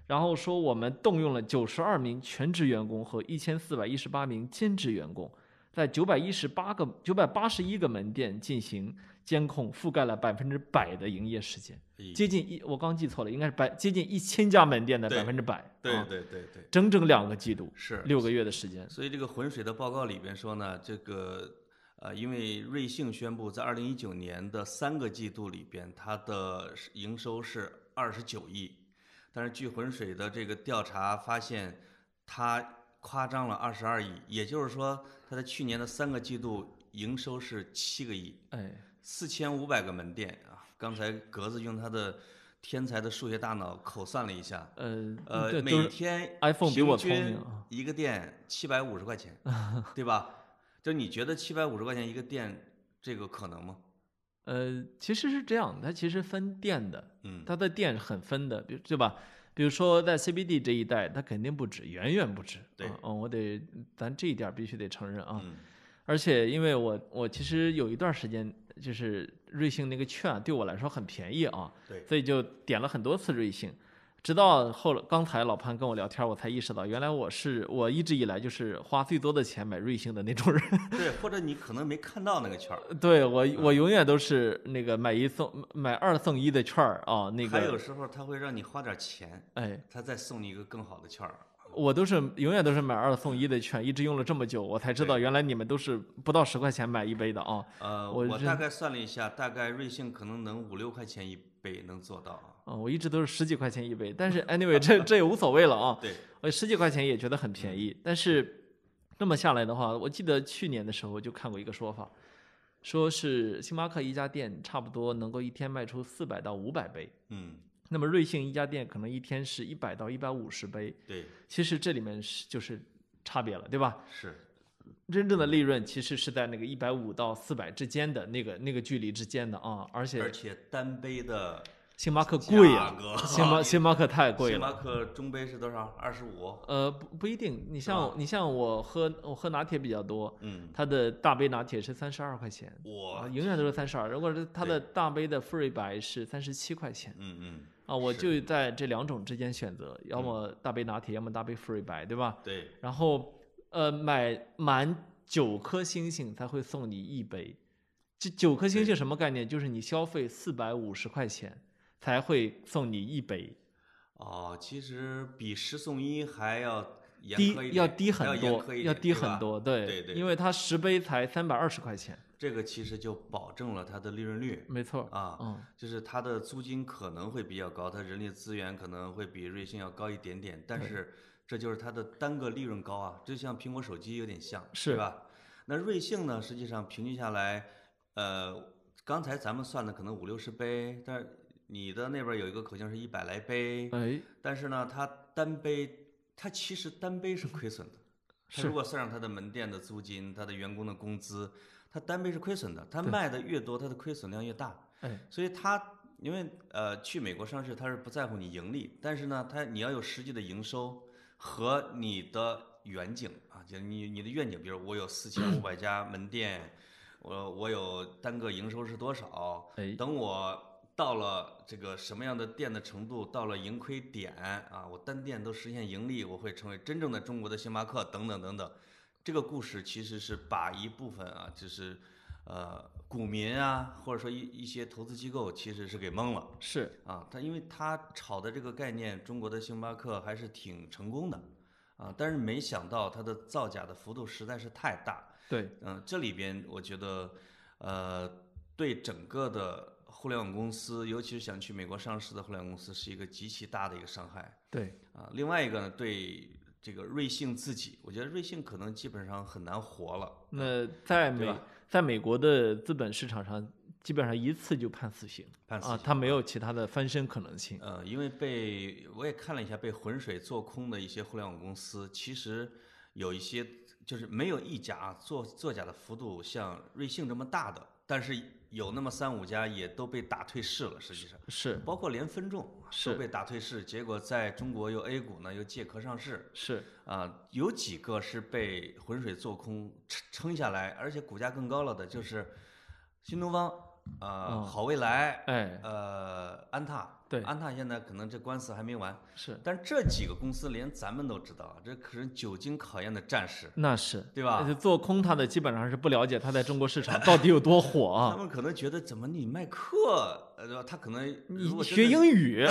B: 然后说我们动用了九十二名全职员工和一千四百一十八名兼职员工，在九百一十八个、九百八十一个门店进行监控，覆盖了百分之百的营业时间，
A: 哎
B: 接近一，我刚记错了，应该是百接近一千家门店的
A: 对
B: 百分之百，
A: 对
B: 啊
A: 对对对，
B: 整整两个季度，
A: 是。
B: 六个月的时间，
A: 所以这个浑水的报告里边说呢，这个呃，因为瑞幸宣布在二零一九年的三个季度里边，它的是营收是二十九亿，但是据浑水的这个调查发现，它夸张了二十二亿，也就是说，它在去年的三个季度营收是七个亿，
B: 哎，
A: 四千五百个门店啊。刚才格子用他的天才的数学大脑口算了一下，
B: 呃，
A: 呃，
B: 这
A: 每
B: 都是
A: 天
B: iPhone 比我
A: 平
B: 聪
A: 均
B: 明啊
A: 一个店七百五十块
B: (laughs)
A: 钱，对吧？就你觉得七百五十块钱一个店，这个可能吗？
B: 呃，其实是这样，它其实分店的，
A: 嗯，
B: 它的店是很分的，比如对吧？比如说在 CBD 这一带，它肯定不止，远远不止。
A: 对
B: 嗯、嗯我得，咱这一点儿必须得承认啊。
A: 嗯
B: 而且因为我我其实有一段时间，就是瑞幸那个券啊对我来说很便宜啊，
A: 对，
B: 所以就点了很多次瑞幸。直到后来刚才老潘跟我聊天，我才意识到，原来我是我一直以来就是花最多的钱买瑞幸的那种人。
A: 对，或者你可能没看到那个券儿，
B: 对我，
A: 嗯
B: 我永远都是那个买一送买二送一的券儿啊， (laughs) 那
A: 还有
B: 个，
A: 时候他会让你花点钱，
B: 哎，
A: 他再送你一个更好的券儿。
B: 我都是永远都是买二送一的券，一直用了这么久，我才知道原来你们都是不到十块钱买一杯的啊。
A: 呃，
B: 我
A: 我
B: 真
A: 大概算了一下，大概瑞幸可能能五六块钱一杯能做到啊。
B: 啊，我一直都是十几块钱一杯，
A: (laughs)
B: 但是 anyway 这这也无所谓了啊，
A: 对，
B: 我十几块钱也觉得很
A: 嗯
B: 便宜。但是这么下来的话，我记得去年的时候就看过一个说法，说是星巴克一家店差不多能够一天卖出四百到五百杯，
A: 嗯，
B: 那么瑞幸一家店可能一天是一百到一百五十杯，
A: 对，
B: 其实这里面是就是差别了，对吧？
A: 是，
B: 真正的利润其实是在那个一百五到四百之间的那个那个距离之间的啊，而
A: 而
B: 且
A: 且单杯的
B: 星巴克贵
A: 价格
B: 啊，星巴星巴克太贵
A: 星
B: 了。
A: 巴克中杯是多少？二十五，
B: 呃，不不一定，你像你像我喝我喝拿铁比较多，
A: 嗯，
B: 它的大杯拿铁是三十二块钱，啊，
A: 我，
B: 永远都是三十二。如果是它的大杯的馥芮白是三十七块钱
A: 嗯嗯，
B: 啊，我
A: 是嗯
B: 就在这两种之间选择，要么大杯拿铁，要么大杯馥芮白，对吧？
A: 对，
B: 然后呃，买满九颗星星才会送你一杯。这九颗星
A: 对
B: 星什么概念？就是你消费四百五十块钱才会送你一杯，
A: 哦，其实比十送一还要严
B: 低
A: 苛一点，
B: 要低很
A: 还要严
B: 多
A: 苛一，
B: 要
A: 点
B: 低
A: 对吧
B: 很多，对
A: 对对
B: 因为它十杯才三百二十块钱，
A: 这个其实就保证了它的利润率
B: 没错，
A: 啊，
B: 嗯，
A: 就是它的租金可能会比较高，它人力资源可能会比瑞幸要高一点点，但是这就是它的单个利润高啊，这就像苹果手机有点像，
B: 是
A: 对吧？那瑞幸呢，实际上平均下来，呃，刚才咱们算的可能五六十杯，但是你的那边有一个口径是一百来杯，
B: 哎，
A: 但是呢，它单杯，它其实单杯是亏
B: (laughs)
A: 损的。它
B: 是
A: 如果算上它的门店的租金、它的员工的工资，它单杯是亏损的。它
B: 对
A: 卖的越多，它的亏损量越大。
B: 哎，
A: 所以它因为呃去美国上市，它是不在乎你盈利，但是呢，它你要有实际的营收和你的远景啊，就是你你的愿景，比如我有四千五百家门店，我我有单个营收是多少，
B: 哎，
A: 等我到了这个什么样的店的程度，到了盈亏点啊，我单店都实现盈利，我会成为真正的中国的星巴克，等等等等。这个故事其实是把一部分啊，就是呃股民啊，或者说一一些投资机构，其实是给蒙了
B: 是，
A: 啊。他因为他炒的这个概念，中国的星巴克还是挺成功的啊，但是没想到它的造假的幅度实在是太大，
B: 对，
A: 嗯，这里边我觉得，呃，对整个的互联网公司，尤其是想去美国上市的互联网公司，是一个极其大的一个伤害
B: 对，
A: 啊。另外一个呢，对这个瑞幸自己，我觉得瑞幸可能基本上很难活了。
B: 那在
A: 对
B: 美
A: 吧
B: 在美国的资本市场上，基本上一次就判死刑，
A: 判死
B: 啊，他没有其他的翻身可能性。
A: 呃，因为被我也看了一下被浑水做空的一些互联网公司，其实有一些就是没有一家啊做作假的幅度像瑞幸这么大的，但是有那么三五家也都被打退市了，实际上。
B: 是
A: 包括连分众啊
B: 是
A: 都被打退市，结果在中国又 A 股呢又借壳上市
B: 是，
A: 啊、有几个是被浑水做空撑撑下来，而且股价更高了的就是新东方啊、
B: 哦
A: 好未来，
B: 哎，
A: 呃，安踏，
B: 对
A: 安踏现在可能这官司还没完，
B: 是
A: 但这几个公司连咱们都知道啊，这可是久经考验的战士，
B: 那是
A: 对吧
B: 而且做空它的基本上是不了解它在中国市场到底有多火
A: (laughs) 他
B: 啊。
A: 们可能觉得怎么你卖课，呃，对吧他可能如
B: 你
A: 果真
B: 学
A: 的
B: 英语，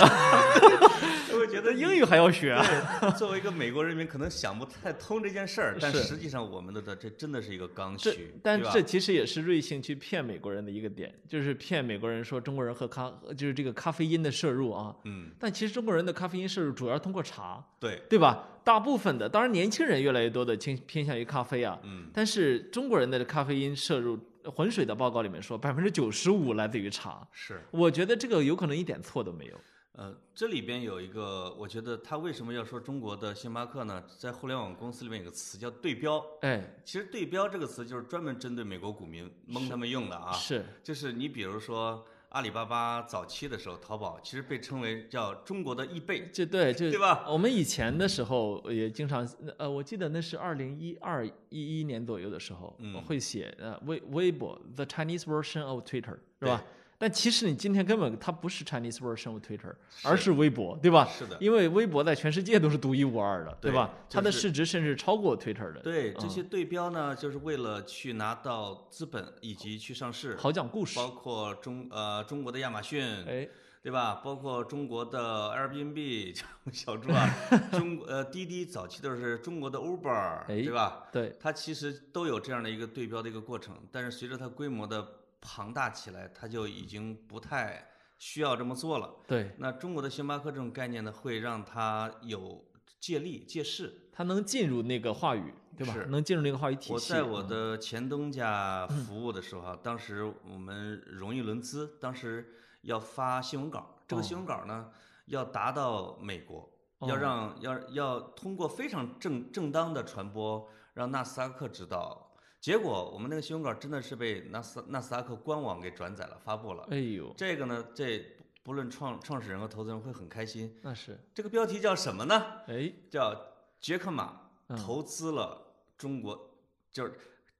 A: 他会觉
B: 觉
A: 得
B: 得
A: 英。
B: (laughs) 英语还要学啊？
A: 对， (laughs) 作为一个美国人民，可能想不太通这件事儿，但
B: 是
A: 实际上我们的这这真的是一个刚
B: 这
A: 需，
B: 但
A: 对吧
B: 这其实也是瑞幸去骗美国人的一个点，就是骗美国人说中国人喝咖，呃就是这个咖啡因的摄入啊。
A: 嗯，
B: 但其实中国人的咖啡因摄入主要是通过茶，
A: 对，
B: 对吧？大部分的，当然年轻人越来越多的倾偏向于咖啡啊，
A: 嗯，
B: 但是中国人的咖啡因摄入，呃浑水的报告里面说百分之九十五来自于茶，
A: 是，
B: 我觉得这个有可能一点错都没有。
A: 呃，这里边有一个，我觉得他为什么要说中国的星巴克呢？在互联网公司里面有个词叫对标，
B: 哎，
A: 其实对标这个词就是专门针对美国股民蒙他们用的啊，
B: 是
A: 就是你比如说阿里巴巴早期的时候，淘宝其实被称为叫中国的易贝，
B: 这对就
A: 对吧？
B: 我们以前的时候也经常，呃，我记得那是二零一二一一年左右的时候，
A: 嗯
B: 我会写呃微微博 the Chinese version of Twitter 是吧
A: 对？
B: 但其实你今天根本它不是 Chinese version of Twitter，
A: 是
B: 而是微博，对吧？
A: 是的，
B: 因为微博在全世界都是独一无二的，
A: 对
B: 吧？
A: 就是
B: 它的市值甚至超过 Twitter 的。
A: 对这
B: 嗯
A: 些对标呢，就是为了去拿到资本以及去上市，
B: 好讲故事
A: 包。括中呃中国的亚马逊，
B: 哎，
A: 对吧？包括中国的 Airbnb，小 (laughs) 猪
B: (laughs)
A: 啊，中国呃滴滴早期都是中国的 Uber，
B: 哎
A: 对吧？
B: 对，
A: 它其实都有这样的一个对标的一个过程，但是随着它规模的庞大起来，它就已经不太需要这么做了。
B: 对，
A: 那中国的星巴克这种概念呢，会让它有借力借势。
B: 他能进入那个话语，对吧
A: 是？
B: 能进入那个话语体系。啊嗯
A: 我在我的前东家服务的时候啊，当时我们荣誉轮资，当时要发新闻稿，这个
B: 哦
A: 新闻稿呢要达到美国，
B: 哦
A: 要让要要通过非常正正当的传播，让纳斯达克知道。结果我们那个新闻稿真的是被纳斯纳斯达克官网给转载了，发布了。
B: 哎呦，
A: 这个呢，这不论创创始人和投资人会很开心。(laughs)
B: 那是
A: 这个标题叫什么呢？
B: 哎，
A: 叫杰克马
B: 嗯
A: 投资了中国，就是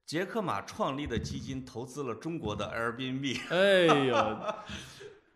A: 杰克马创立的基金投资了中国的 Airbnb， (laughs)
B: 哎呦，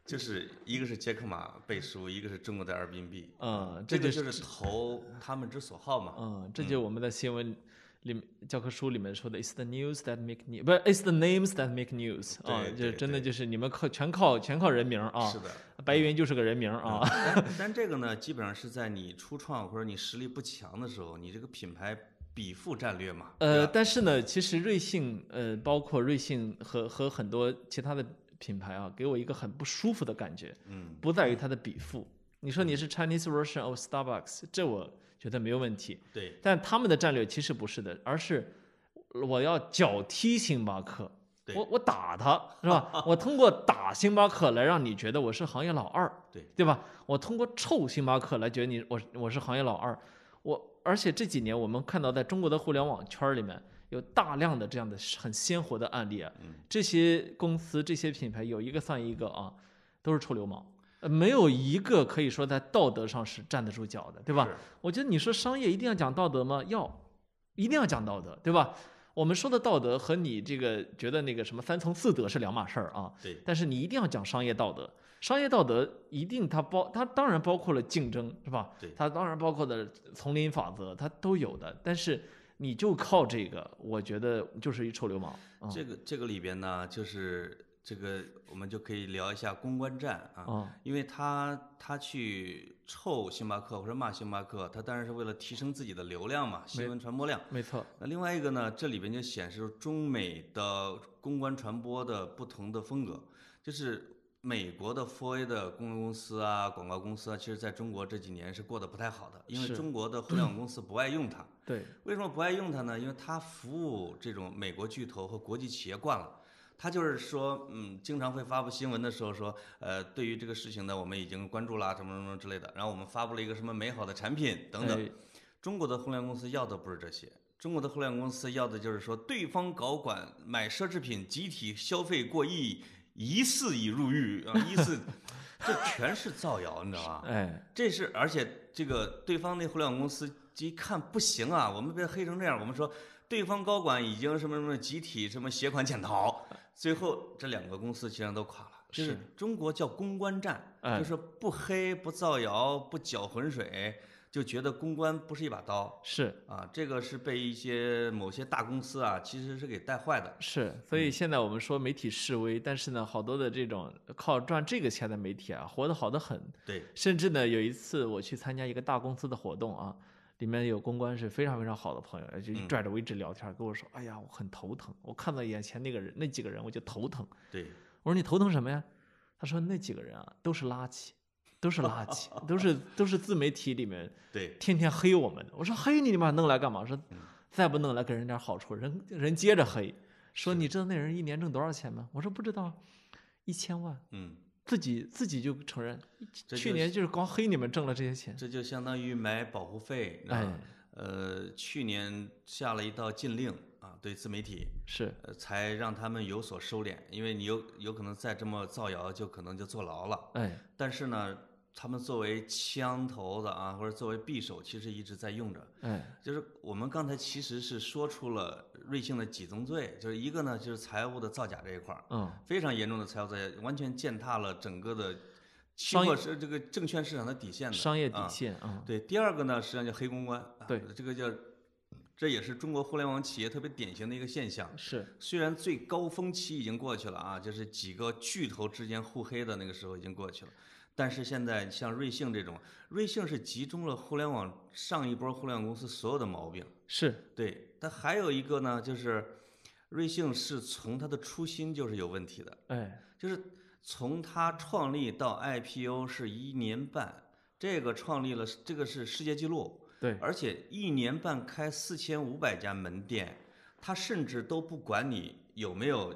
A: 就是一个是杰克马背书，一个是中国的 Airbnb，
B: 嗯，
A: 这
B: 这
A: 个
B: 就是
A: 就是投他们之所好嘛。
B: 嗯，这就是我们的新闻里面教科书里面说的，it's the news that make news，不是 it's the names that make news 啊，
A: 对
B: 就是
A: 对
B: 真的
A: 对
B: 就是你们靠全靠全靠人名儿啊
A: 是，嗯的，
B: 白云就是个人名儿啊，
A: 但
B: (laughs)
A: 但这个呢，基本上是在你初创或者你实力不强的时候，你这个品牌比附战略嘛。
B: 呃，
A: 对啊吧，
B: 但是呢，其实瑞幸呃，包括瑞幸和和很多其他的品牌啊，给我一个很不舒服的感觉，
A: 嗯，
B: 不在于它的笔赋。你说你是 Chinese version of Starbucks，这我觉得没有问题，
A: 对，
B: 但他们的战略其实不是的，而是我要脚踢星巴克，
A: 对
B: 我我打他
A: (laughs)
B: 是吧？我通过打星巴克来让你觉得我是行业老二，
A: 对
B: 对吧？我通过臭星巴克来觉得你我是我是行业老二，我而且这几年我们看到在中国的互联网圈里面有大量的这样的很鲜活的案例啊，
A: 嗯
B: 这些公司这些品牌有一个算一个啊，都是臭流氓。呃没有一个可以说在道德上是站得住脚的，对吧？
A: 是？
B: 我觉得你说商业一定要讲道德吗？要，一定要讲道德，对吧？我们说的道德和你这个觉得那个什么三从四德是两码事儿啊。
A: 对，
B: 但是你一定要讲商业道德，商业道德一定它包它当然包括了竞争，是吧？
A: 对
B: 它当然包括的丛林法则，它都有的。但是你就靠这个，我觉得就是一臭流氓。啊
A: 这个这个里边呢，就是这个我们就可以聊一下公关战啊。
B: 啊，
A: 因为他他去臭星巴克或者骂星巴克，他当然是为了提升自己的流量嘛，新闻传播量。
B: 没错，
A: 那另外一个呢，这里边就显示中美的公关传播的不同的风格，就是美国的 4A 的公关公司啊、广告公司啊，其实在中国这几年是过得不太好的，因为
B: 是
A: 中国的互联网公司不爱用它。
B: 对，
A: 为什么不爱用它呢？因为它服务这种美国巨头和国际企业惯了。它就是说，嗯，经常会发布新闻的时候说，呃，对于这个事情呢，我们已经关注啊啦，什么什么之类的。然后我们发布了一个什么美好的产品等等。
B: 哎
A: 中国的互联网公司要的不是这些，中国的互联网公司要的就是说，对方搞管买奢侈品，集体消费过亿，疑似已入狱啊，疑似， (laughs) 这全是造谣，你知道吗？
B: 哎，
A: 这是，而且这个对方那互联网公司一看不行啊，我们被黑成这样，我们说对方高管已经什么什么集体什么携款潜逃，最后这两个公司其实都垮了。就是是中国叫公关战，
B: 哎
A: 就是不黑不造谣不搅浑水，就觉得公关不是一把刀
B: 是。
A: 啊，这个是被一些某些大公司啊其实是给带坏的。
B: 是，所以现在我们说媒体示威，但是呢，好多的这种靠赚这个钱的媒体啊，活得好得很。
A: 对，
B: 甚至呢，有一次我去参加一个大公司的活动啊，里面有公关是非常非常好的朋友，就
A: 嗯
B: 拽着我一直聊天，跟我说：“哎呀，我很头疼，我看到眼前那个人那几个人我就头疼。”
A: 对，
B: 我说：“你头疼什么呀？”他说：“那几个人啊，都是垃圾，都是垃圾，都是都是自媒体里面
A: 对，
B: 天天黑我们的。我说黑你，你把他弄来干嘛？说
A: 嗯
B: 再不弄来给人点好处，人人接着黑。说你知道那人一年挣多少钱吗？我说不知道，啊一千万。
A: 嗯，
B: 自己自己就承认，
A: 这
B: 去
A: 就
B: 年就是光黑你们挣了这些钱。
A: 这就相当于买保护费，你知道吗
B: 哎，
A: 呃，去年下了一道禁令啊，对自媒体，
B: 是
A: 呃，才让他们有所收敛，因为你有有可能再这么造谣，就可能就坐牢了。
B: 哎
A: 但是呢，他们作为枪头子啊，或者作为匕首，其实一直在用着。
B: 哎
A: 就是我们刚才其实是说出了瑞幸的几宗罪，就是一个呢就是财务的造假这一块儿，
B: 嗯，
A: 非常严重的财务造假，完全践踏了整个的期
B: 商业
A: 货是这个证券市场的底线的
B: 商业底
A: 啊
B: 线啊，
A: 对，第二个呢，实际上叫黑公关。啊
B: 对，
A: 这个叫，这也是中国互联网企业特别典型的一个现象。
B: 是
A: 虽然最高峰期已经过去了啊，就是几个巨头之间互黑的那个时候已经过去了，但是现在像瑞幸这种，瑞幸是集中了互联网上一波互联网公司所有的毛病。
B: 是
A: 对，它还有一个呢，就是瑞幸是从它的初心就是有问题的。
B: 哎
A: 就是从它创立到 IPO 是一年半，这个创立了这个是世界纪录，
B: 对，
A: 而且一年半开四千五百家门店，他甚至都不管你有没有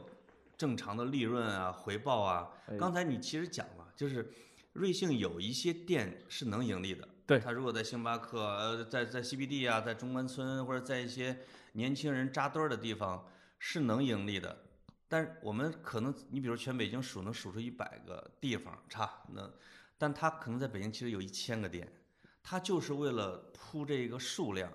A: 正常的利润啊、回报啊。
B: 哎
A: 刚才你其实讲了，就是瑞幸有一些店是能盈利的，
B: 对
A: 他如果在星巴克、呃、在在 CBD 啊、在中关村或者在一些年轻人扎堆儿的地方是能盈利的。但是我们可能，你比如全北京数能数出一百个地方差那，但他可能在北京其实有一千个店，他就是为了铺这个数量，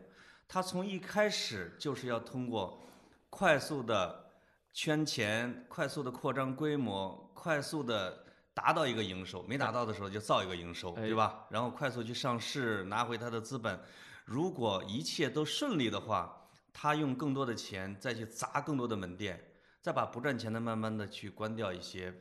A: 他从一开始就是要通过快速的圈钱、快速的扩张规模、快速的达到一个营收，没达到的时候就造一个营收，
B: 哎
A: 对吧？然后快速去上市，拿回他的资本。如果一切都顺利的话，他用更多的钱再去砸更多的门店，再把不赚钱的慢慢的去关掉一些。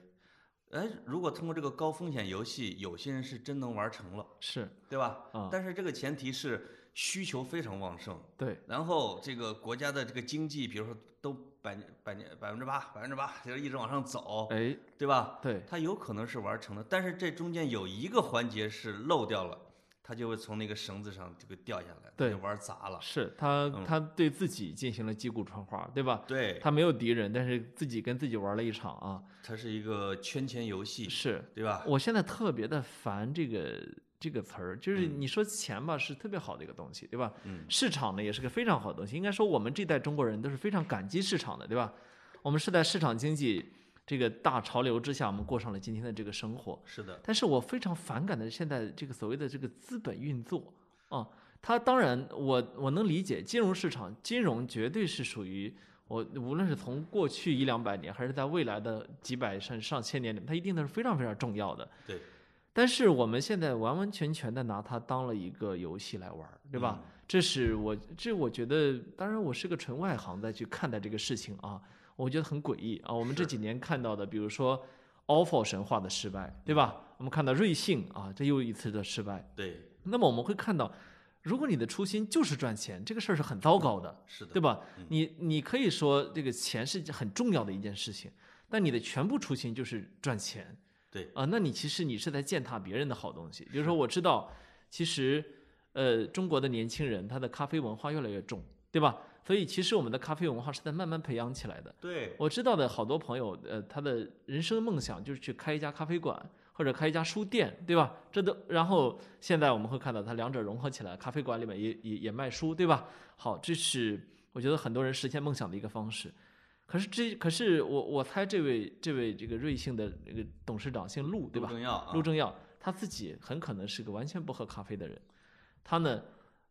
A: 哎，如果通过这个高风险游戏，有些人是真能玩成了，
B: 是
A: 对吧？
B: 啊
A: 但是这个前提是需求非常旺盛，
B: 对，
A: 然后这个国家的这个经济，比如说都百年百年百分之八百分之八，就是一直往上走，
B: 哎，
A: 对吧？
B: 对，
A: 它有可能是玩成的，但是这中间有一个环节是漏掉了，它就会从那个绳子上这个掉下来，它
B: 对
A: 就玩砸了。
B: 是他
A: 嗯
B: 他对自己进行了击鼓传花，对吧？
A: 对，
B: 他没有敌人，但是自己跟自己玩了一场啊。
A: 它是一个圈钱游戏，
B: 是，
A: 对吧？
B: 我现在特别的烦这个这个词儿，就是
A: 嗯
B: 你说钱吧，是特别好的一个东西，对吧？
A: 嗯，
B: 市场呢也是个非常好的东西，应该说我们这代中国人都是非常感激市场的，对吧？我们是在市场经济这个大潮流之下，我们过上了今天的这个生活。
A: 是的，
B: 但是我非常反感的是现在这个所谓的这个资本运作啊，它当然我我能理解，金融市场金融绝对是属于我无论是从过去一两百年，还是在未来的几百甚至上千年里面，它一定都是非常非常重要的。
A: 对，
B: 但是我们现在完完全全的拿它当了一个游戏来玩儿，对吧？
A: 嗯
B: 这是我这我觉得，当然我是个纯外行再去看待这个事情啊，我觉得很诡异啊。我们这
A: 是
B: 几年看到的，比如说 OFO 神话的失败，对吧？我们看到瑞幸啊，这又一次的失败
A: 嗯？。对，
B: 那么我们会看到，如果你的初心就是赚钱，这个事儿是很糟糕的，
A: 是的，
B: 对吧
A: 嗯？
B: 你你可以说这个钱是很重要的一件事情，但你的全部初心就是赚钱，
A: 对
B: 啊、那你其实你是在践踏别人的好东西。比如
A: 是
B: 说，我知道，其实呃，中国的年轻人他的咖啡文化越来越重，对吧？所以其实我们的咖啡文化是在慢慢培养起来的。
A: 对，
B: 我知道的好多朋友，呃，他的人生梦想就是去开一家咖啡馆或者开一家书店，对吧？这都，然后现在我们会看到它两者融合起来，咖啡馆里面也也也卖书，对吧？好，这是我觉得很多人实现梦想的一个方式。可是这，可是我我猜这位这位这个瑞幸的那个董事长姓陆，对吧
A: 陆？正耀啊，
B: 陆正耀他自己很可能是个完全不喝咖啡的人，他呢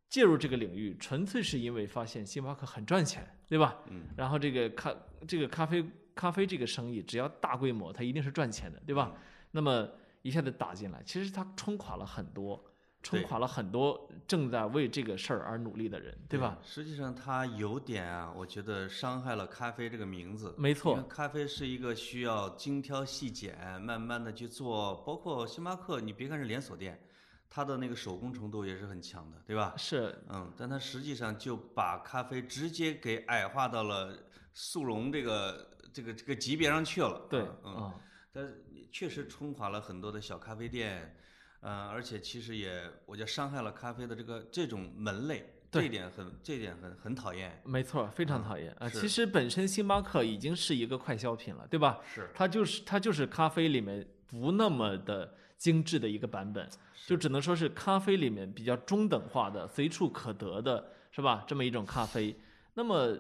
B: 介入这个领域纯粹是因为发现星巴克很赚钱，对吧？
A: 嗯，
B: 然后这个咖这个咖啡咖啡这个生意，只要大规模，它一定是赚钱的，对
A: 嗯
B: 吧？那么一下子打进来，其实它冲垮了很多，冲
A: 对
B: 垮了很多正在为这个事儿而努力的人，对吧？？
A: 实际上，它有点啊，我觉得伤害了咖啡这个名字。
B: 没错
A: 因为咖啡是一个需要精挑细拣，慢慢的去做。包括星巴克，你别看是连锁店，它的那个手工程度也是很强的，对吧？
B: 是，
A: 嗯，但它实际上就把咖啡直接给矮化到了速溶这个这个这个级别上去了。
B: 对，
A: 嗯嗯，
B: 啊、
A: 但是确实冲垮了很多的小咖啡店，呃，而且其实也我觉得伤害了咖啡的这个这种门类，这
B: 对
A: 一点很这一点很很讨厌。
B: 没错，非常讨厌啊、
A: 嗯是
B: 其实本身星巴克已经是一个快消品了，对吧？
A: 是，
B: 它啊就是它就是咖啡里面不那么的精致的一个版本，就只能说是咖啡里面比较中等化的、随处可得的，是吧？这么一种咖啡。那么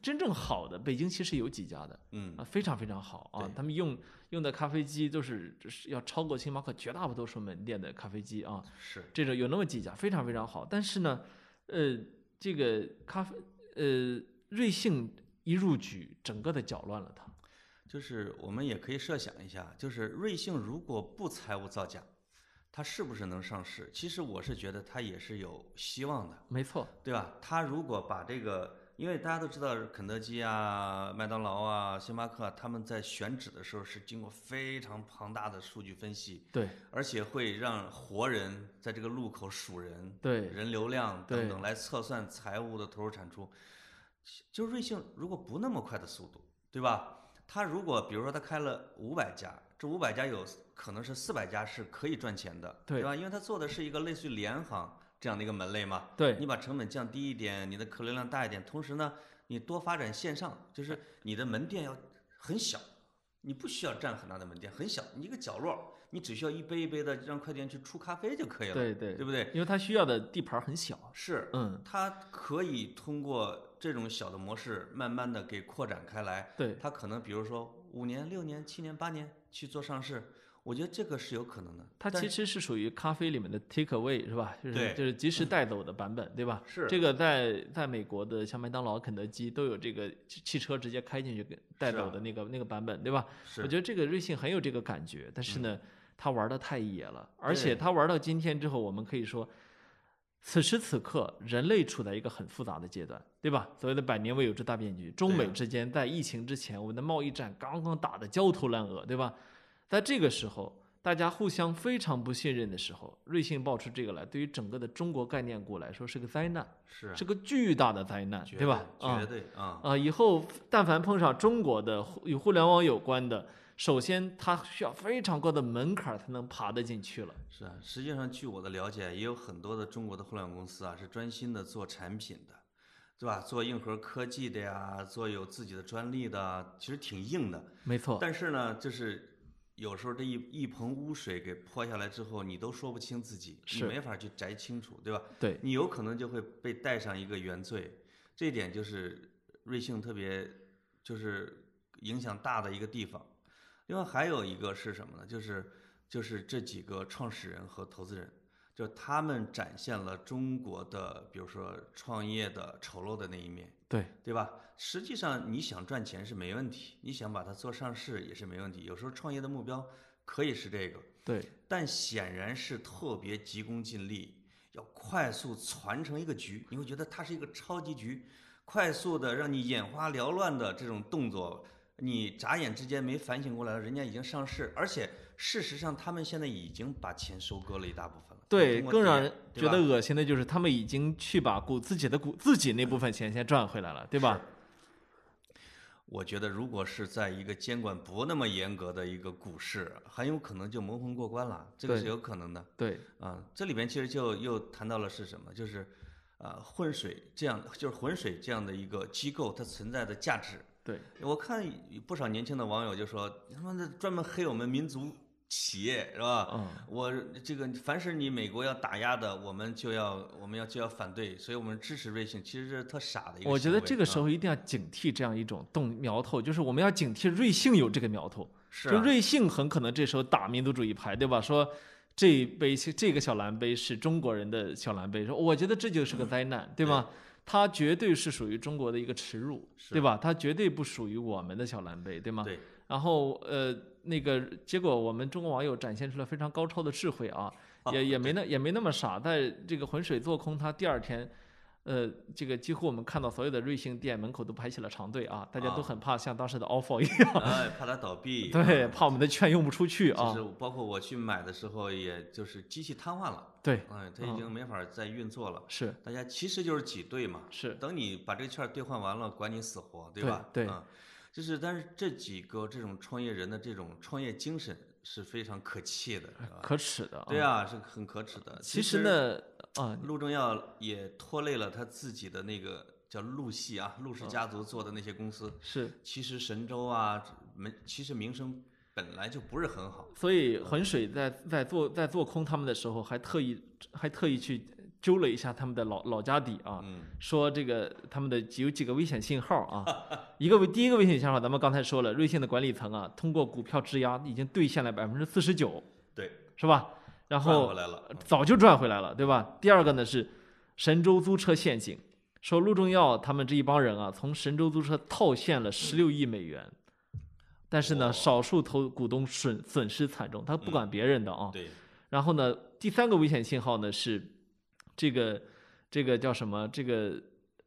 B: 真正好的，北京其实有几家的
A: 嗯
B: 啊，，非常非常好啊
A: 对，
B: 他们用用的咖啡机都是就是要超过星巴克绝大多数门店的咖啡机啊，
A: 是
B: 这种有那么几家非常非常好，但是呢，呃，这个咖啡呃瑞幸一入局，整个的搅乱了它。
A: 就是我们也可以设想一下，就是瑞幸如果不财务造假，它是不是能上市？其实我是觉得它也是有希望的，
B: 没错，
A: 对吧？它如果把这个，因为大家都知道肯德基啊、麦当劳啊、星巴克啊、他们在选址的时候是经过非常庞大的数据分析，
B: 对
A: 而且会让活人在这个路口数人、
B: 对，
A: 人流量等
B: 对
A: 等来测算财务的投入产出。就是瑞幸如果不那么快的速度，对吧？它如果比如说它开了五百家，这五百家有可能是四百家是可以赚钱的，
B: 对
A: 吧？因为它做的是一个类似于联行这这样的一个门类嘛。
B: 对，
A: 你把成本降低一点，你的客流量大一点，同时呢，你多发展线上，就是你的门店要很小，你不需要占很大的门店，很小，你一个角落，你只需要一杯一杯的让快递员去出咖啡就可以了，
B: 对对
A: 对不对？
B: 因为它需要的地盘很小。
A: 是，
B: 嗯，
A: 它可以通过这种小的模式，慢慢的给扩展开来。
B: 对，
A: 它可能比如说五年、六年、七年、八年去做上市，我觉得这个是有可能的。
B: 它
A: 但
B: 其实是属于咖啡里面的 take away 是吧？就是
A: 对嗯
B: 就是即时带走的版本，对吧？
A: 是
B: 这个在在美国的像麦当劳、肯德基都有这个汽汽车直接开进去给带
A: 是
B: 走
A: 啊
B: 的那个那个版本，对吧？
A: 是嗯
B: 我觉得这个瑞幸很有这个感觉，但是呢，他玩的太野了，而
A: 对
B: 且他玩到今天之后，我们可以说，此时此刻人类处在一个很复杂的阶段，对吧？所谓的百年未有之大变局，中
A: 对
B: 美
A: 呀
B: 之间在疫情之前，我们的贸易战刚刚打得焦头烂额，对吧？在这个时候，大家互相非常不信任的时候，瑞幸爆出这个来，对于整个的中国概念股来说是个灾难，
A: 是
B: 是个巨大的灾难，
A: 绝
B: 对吧？啊
A: 绝对啊，
B: 啊，以后但凡碰上中国的互与互联网有关的，首先它需要非常高的门槛儿才能爬得进去了。
A: 是啊。实际上，据我的了解，也有很多的中国的互联网公司啊，是专心的做产品的，对吧？做硬核科技的呀，做有自己的专利的啊，其实挺硬的。
B: 没错，
A: 但是呢，就是有时候这一一盆污水给泼下来之后，你都说不清自己，你
B: 是
A: 没法去摘清楚，对吧？
B: 对，
A: 你有可能就会被带上一个原罪，这一点就是瑞幸特别就是影响大的一个地方。另外还有一个是什么呢？就是就是这几个创始人和投资人，就是他们展现了中国的，比如说创业的丑陋的那一面。
B: 对，
A: 对吧？实际上你想赚钱是没问题，你想把它做上市也是没问题。有时候创业的目标可以是这个，
B: 对，
A: 但显然是特别急功近利，要快速攒成一个局，你会觉得它是一个超级局，快速的让你眼花缭乱的这种动作，你眨眼之间没反省过来，人家已经上市，而且事实上他们现在已经把钱收割了一大部分了。
B: 对，
A: 通过
B: 更让
A: 点
B: 人
A: 对
B: 觉
A: 吧
B: 得恶心的就是他们已经去把股自己的股自己那部分钱先赚回来了，对吧？
A: 我觉得，如果是在一个监管不那么严格的一个股市，很有可能就蒙混过关了，这个
B: 对
A: 是有可能的
B: 对，
A: 啊。这里边其实就又谈到了是什么，就是，呃，浑水这样，就是浑水这样的一个机构，它存在的价值。
B: 对，
A: 我看不少年轻的网友就说，他妈的专门黑我们民族企业是吧？
B: 嗯，
A: 我这个凡是你美国要打压的，我们就要我们要就要反对，所以我们支持瑞幸，其实这是特傻的一个行为。
B: 我觉得这个时
A: 啊
B: 候一定要警惕这样一种动苗头，就是我们要警惕瑞幸有这个苗头。
A: 是
B: 就
A: 啊
B: 瑞幸很可能这时候打民族主义牌，对吧？说这一杯这个小蓝杯是中国人的小蓝杯，说我觉得这就是个灾难，对吧？它绝对是属于中国的一个耻辱，
A: 是
B: 对吧？它绝对不属于我们的小蓝杯，对吗？ (laughs)
A: 对
B: 然后呃，那个结果我们中国网友展现出了非常高超的智慧啊，
A: 哦
B: 也也没那也没那么傻，在这个浑水做空它第二天。呃，这个几乎我们看到所有的瑞幸店门口都排起了长队啊，大家都
A: 啊
B: 很怕像当时的 offer 一样，
A: 哎，怕它倒闭。
B: 对，
A: 啊
B: 怕我们的券用不出去
A: 就
B: 啊。
A: 是包括我去买的时候，也就是机器瘫痪了，
B: 对，
A: 哎，它已经没法再运作了。
B: 是
A: 大家其实就是挤兑嘛，
B: 是，
A: 等你把这个券儿兑换完了，管你死活，
B: 对
A: 吧？
B: 对
A: 嗯，就是但是这几个这种创业人的这种创业精神是非常可气的，是吧
B: 可耻的、啊。
A: 对，啊，是很可耻的。
B: 其实，呢，啊，
A: 陆正耀也拖累了他自己的那个叫陆系啊，陆
B: 嗯
A: 氏家族做的那些公司，
B: 是，
A: 其实神州啊，没其实名声本来就不是很好。
B: 所以浑水在在做在做空他们的时候，还特意还特意去揪了一下他们的老老家底啊，
A: 嗯，
B: 说这个他们的有几个危险信号
A: (laughs)
B: 啊，一个第一个危险信号，咱们刚才说了，瑞幸的管理层啊，通过股票质押已经兑现了百分之四十九，
A: 对，
B: 是吧？然
A: 转
B: 后
A: 回来了，
B: 早就赚回来了，对吧？第二个呢是神州租车陷阱，说陆正耀他们这一帮人啊，从神州租车套现了十六亿美元，但是呢，
A: 哇嗯
B: 少数投股东损损失惨重，他不管别人的啊。
A: 对，
B: 然后呢，第三个危险信号呢是这个这个叫什么？这个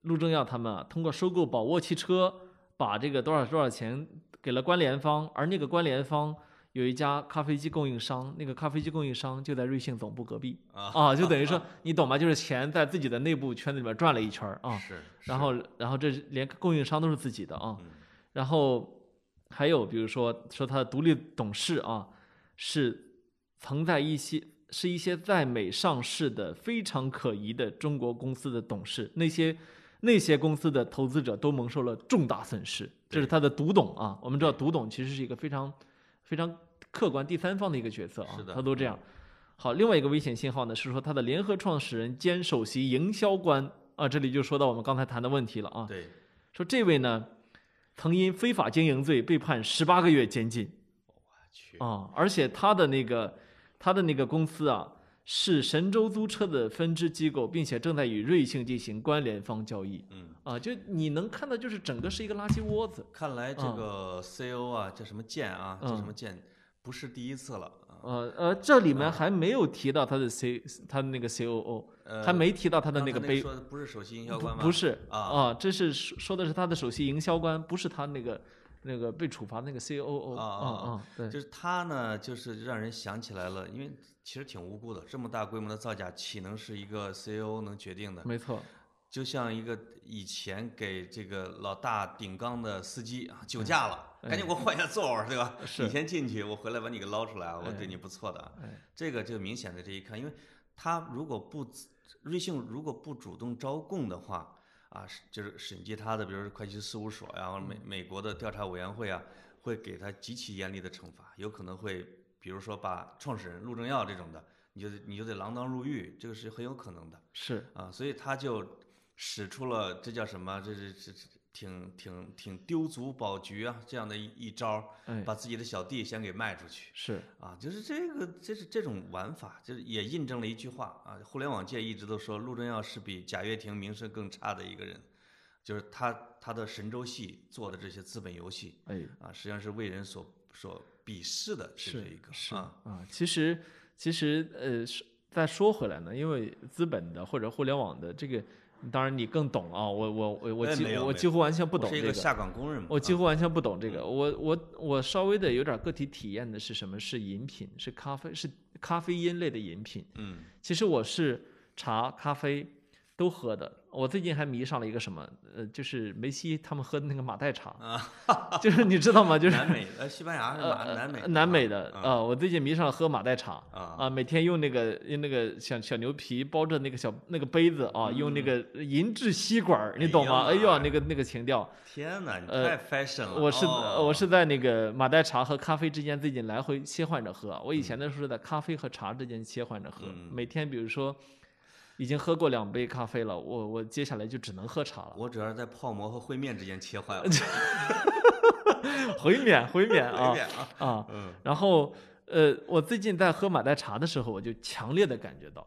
B: 陆正耀他们啊，通过收购宝沃汽车，把这个多少多少钱给了关联方，而那个关联方有一家咖啡机供应商，那个咖啡机供应商就在瑞幸总部隔壁
A: (laughs) 啊
B: 啊，就等于说你懂吧？就是钱在自己的内部圈子里面转了一圈儿啊，
A: 是，
B: 然
A: 是
B: 后然后这是连供应商都是自己的啊，
A: 嗯
B: 然后还有比如说说他的独立董事啊，是曾在一些是一些在美上市的非常可疑的中国公司的董事，那些那些公司的投资者都蒙受了重大损失。这是他的独董啊，我们知道独董其实是一个非常非常客观第三方的一个角色啊，
A: 是的嗯
B: 他都这样。好，另外一个危险信号呢是说他的联合创始人兼首席营销官啊，这里就说到我们刚才谈的问题了啊，
A: 对，
B: 说这位呢曾因非法经营罪被判十八个月监禁。
A: 我哎去，
B: 啊，而且他的那个他的那个公司啊，是神州租车的分支机构，并且正在与瑞幸进行关联方交易
A: 嗯，
B: 啊，就你能看到，就是整个是一个垃圾窝子。
A: 看来这
B: 嗯
A: 个 CEO 啊，叫什么剑啊，叫什
B: 嗯
A: 么剑，不是第一次了啊。
B: 呃呃，这里面还没有提到他的 C，他的那个 COO，
A: 呃，
B: 他没提到他的
A: 刚
B: 那
A: 才
B: 个杯，
A: 说的不是首席营销
B: 不
A: 官吗？
B: 不是
A: 啊
B: 这是说说的是他的首席营销官，不是他那个那个被处罚那个 COO
A: 啊啊啊
B: 啊，对，
A: 就是他呢，就是让人想起来了，因为其实挺无辜的，这么大规模的造假，岂能是一个 CEO 能决定的？
B: 没错，
A: 就像一个以前给这个老大顶缸的司机啊，酒驾了，赶紧给我换一下座位，对吧？
B: 哎 (laughs) 是
A: 你先进去，我回来把你给捞出来啊，我对你不错的啊。
B: 哎，
A: 这个就明显的这一看，因为他如果不自瑞幸如果不主动招供的话，啊，是就是审计他的，比如说会计师事务所呀、或者
B: 嗯
A: 美美国的调查委员会啊，会给他极其严厉的惩罚，有可能会比如说把创始人陆正耀这种的，你就你就得锒铛入狱，这个是很有可能的
B: 是
A: 啊，所以他就使出了这叫什么？这这这这挺挺挺丢卒保局啊这样的一一招儿，
B: 哎
A: 把自己的小弟先给卖出去。
B: 是，
A: 啊，就是这个，这是这种玩法，就是也印证了一句话啊，互联网界一直都说陆正耀是比贾跃亭名声更差的一个人，就是他他的神州系做的这些资本游戏
B: 哎。
A: 啊，实际上是为人所所鄙视的，这
B: 是
A: 一个
B: 是
A: 啊，
B: 其实其实呃，是再说回来呢，因为资本的或者互联网的这个，当然你更懂啊，我我我我
A: 哎
B: 几
A: 没有
B: 我
A: 没
B: 几
A: 有
B: 乎完全不
A: 我
B: 懂
A: 是一
B: 这
A: 个
B: 个。
A: 下岗工人嘛，
B: 我几
A: 啊
B: 乎完全不懂这个，我我我稍微的有点个体体验的是什么？是饮品，是咖啡，是咖啡因类的饮品。
A: 嗯
B: 其实我是茶、咖啡都喝的。我最近还迷上了一个什么？呃，就是梅西他们喝的那个马黛茶，
A: 啊，
B: (laughs) 就是你知道吗？就是
A: 南美呃西班牙是
B: 呃
A: 南南美
B: 呃南美的
A: 啊
B: 啊，我最近迷上了喝马黛茶
A: 啊
B: 啊，每天用那个用那个小小牛皮包着那个小那个杯子啊，用那个银质吸管儿，你懂
A: 嗯
B: 吗？
A: 哎呀
B: 哎
A: 妈
B: 呦
A: 呀，
B: 那个那个情调，
A: 天哪，你
B: 呃
A: 太 fashion 了，
B: 我是
A: 哦
B: 我是在那个马黛茶和咖啡之间最近来回切换着喝，我以前的时候是在咖啡和茶之间切换着喝，
A: 嗯
B: 每天比如说已经喝过两杯咖啡了，我我接下来就只能喝茶
A: (laughs)
B: 了。
A: 我主要是在泡馍和烩面之间
B: (laughs)
A: 切换了，
B: 回免回免啊
A: 随便啊，
B: 啊！
A: 嗯
B: 然后呃，我最近在喝马黛茶的时候，我就强烈的感觉到，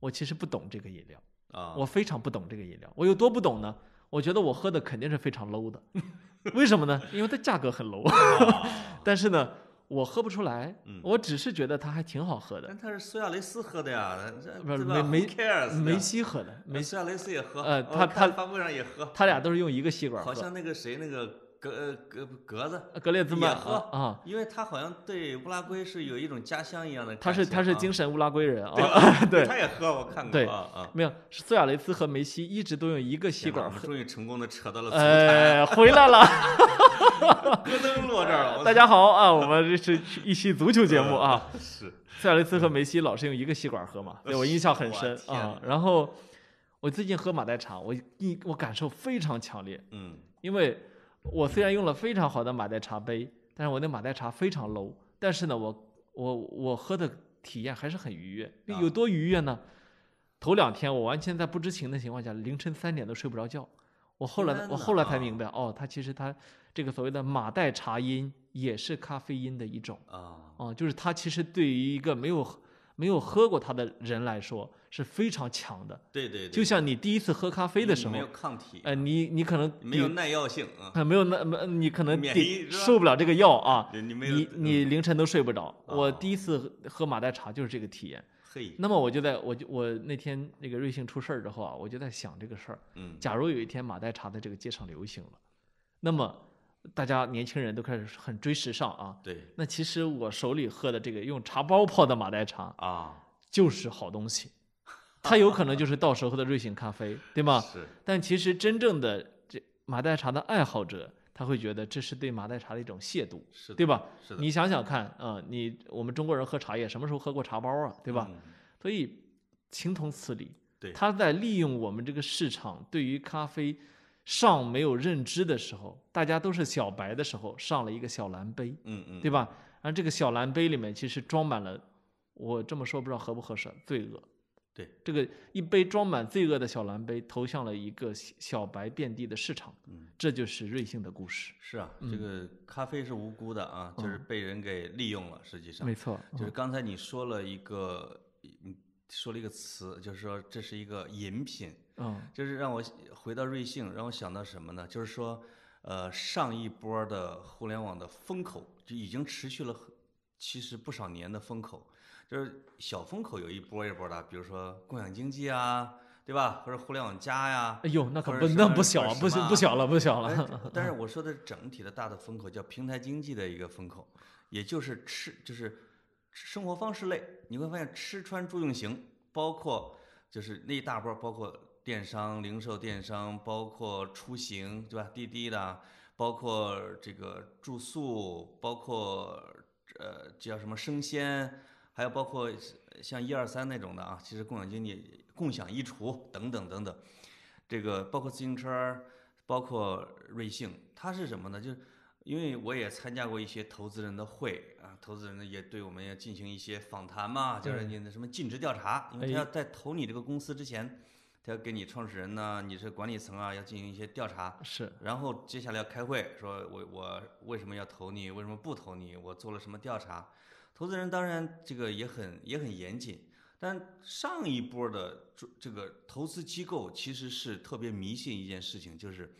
B: 我其实不懂这个饮料，
A: 啊，
B: 我非常不懂这个饮料。我有多不懂呢？我觉得我喝的肯定是非常 low 的， (laughs) 为什么呢？因为它价格很 low，
A: 啊
B: (laughs) 但是呢，我喝不出来
A: 嗯，
B: 我只是觉得它还挺好喝的。
A: 但他是苏亚雷斯喝的呀，这
B: 不是
A: 对吧
B: 梅
A: Who cares
B: 梅
A: 呀
B: 西喝的，梅
A: 呃苏亚雷斯也喝，
B: 呃
A: 我
B: 他
A: 看
B: 他
A: 发布会上也喝，
B: 他俩都是用一个吸管
A: 好
B: 喝。
A: 像那个谁那个格呃格格子，
B: 格列兹曼
A: 也喝
B: 啊啊，
A: 因为他好像对乌拉圭是有一种家乡一样的
B: 他
A: 感情
B: 是
A: 啊，
B: 他是精神乌拉圭人
A: 对
B: 啊
A: 吧，
B: (laughs) 对，
A: 他也喝，我看过
B: 对
A: 啊啊。
B: 没有，是苏亚雷斯和梅西一直都用一个吸
A: 天哪
B: 管
A: 我们。
B: 喝
A: 终于成功的扯到了足坛，
B: 呃，回来了。
A: (laughs) 咯噔落这儿了。我呃
B: 大家好啊，我们这是一期足球节目啊。
A: 是
B: 塞尔雷斯和梅西老是用一个吸管喝嘛，对我印象很深
A: 我天
B: 啊。然后我最近喝马黛茶，我一我感受非常强烈，
A: 嗯
B: 因为我虽然用了非常好的马黛茶杯，但是我那马黛茶非常 low，但是呢，我我我喝的体验还是很愉悦。
A: 啊
B: 有多愉悦呢？头两天我完全在不知情的情况下，凌晨三点都睡不着觉。我后来
A: 天哪
B: 我后来才明白，哦，它其实它这个所谓的马黛茶因也是咖啡因的一种。
A: 啊
B: 啊、就是它其实对于一个没有喝没有喝过它的人来说是非常强的，
A: 对对对，
B: 就像你第一次喝咖啡的
A: 嗯你
B: 时候
A: 没，有抗体，
B: 呃，你你可能
A: 没有耐药性啊，
B: 呃没有那么你可能
A: 免
B: 抵
A: 疫是吧
B: 受不了这个药啊，
A: 你你没有
B: 你你凌晨都睡不着。我
A: 哦
B: 第一次喝喝马黛茶就是这个体验。
A: 嘿
B: 那么我就在我就我那天那个瑞幸出事儿之后啊，我就在想这个事儿，
A: 嗯
B: 假如有一天马黛茶在这个街上流行了，那么大家年轻人都开始很追时尚啊，
A: 嗯对
B: 那其实我手里喝的这个用茶包泡的马黛茶
A: 啊
B: 就是好
A: (laughs)
B: 东西，它有可能就是到啊时候的瑞幸咖啡，对吗？
A: 是
B: 但其实真正的这马黛茶的爱好者，他他会觉得这是对马黛茶的一种亵渎，
A: 是的，
B: 对吧？
A: 是的，
B: 你想想看啊、你我们中国人喝茶叶什么时候喝过茶包啊，对吧？
A: 嗯？
B: 所以情同此理，
A: 对
B: 他在利用我们这个市场对于咖啡尚没有认知的时候，大家都是小白的时候，上了一个小蓝杯，
A: 嗯嗯，
B: 对吧？然后这个小蓝杯里面其实装满了，我这么说不知道合不合适，罪恶。
A: 对，
B: 这个一杯装满罪恶的小蓝杯，投向了一个小小白遍地的市场，
A: 嗯，
B: 这就是瑞幸的故事。
A: 是啊，
B: 嗯
A: 这个咖啡是无辜的啊，就是被人给利用了，实际上。
B: 没嗯错，
A: 就是刚才你说了一个，你说了一个词，就是说这是一个饮品，
B: 嗯，
A: 就是让我回到瑞幸，让我想到什么呢？就是说，呃，上一波的互联网的风口就已经持续了很其实不少年的风口，就是小风口有一波一波的，比如说共享经济啊，对吧？或者互联网加呀、
B: 哎呦，那可
A: 或
B: 不
A: 者，是
B: 那不小，
A: 或者是
B: 不小
A: 嘛
B: 不小了，不小
A: 但
B: 了。
A: 哎是但是我说的整体的大的风口叫平台经济的一个风口，也就是吃就是生活方式类，你会发现吃穿住用行，包括就是那一大波儿，包括电商、零售电商，包括出行，对吧？滴滴的，啊包括这个住宿，包括呃叫什么生鲜，还有包括像一二三那种的啊，其实共享经济、共享衣橱等等等等，这个包括自行车儿，包括瑞幸，它是什么呢？就是因为我也参加过一些投资人的会啊，投资人呢也对我们要进行一些访谈嘛，就是你的什么尽职调查，因为他要在投你这个公司之前，他要给你创始人呢、你是管理层啊，要进行一些调查。
B: (laughs) 是，
A: 然后接下来要开会，说我我为什么要投你，为什么不投你，我做了什么调查。投资人当然这个也很也很严谨，但上一波的这这个投资机构其实是特别迷信一件事情，就是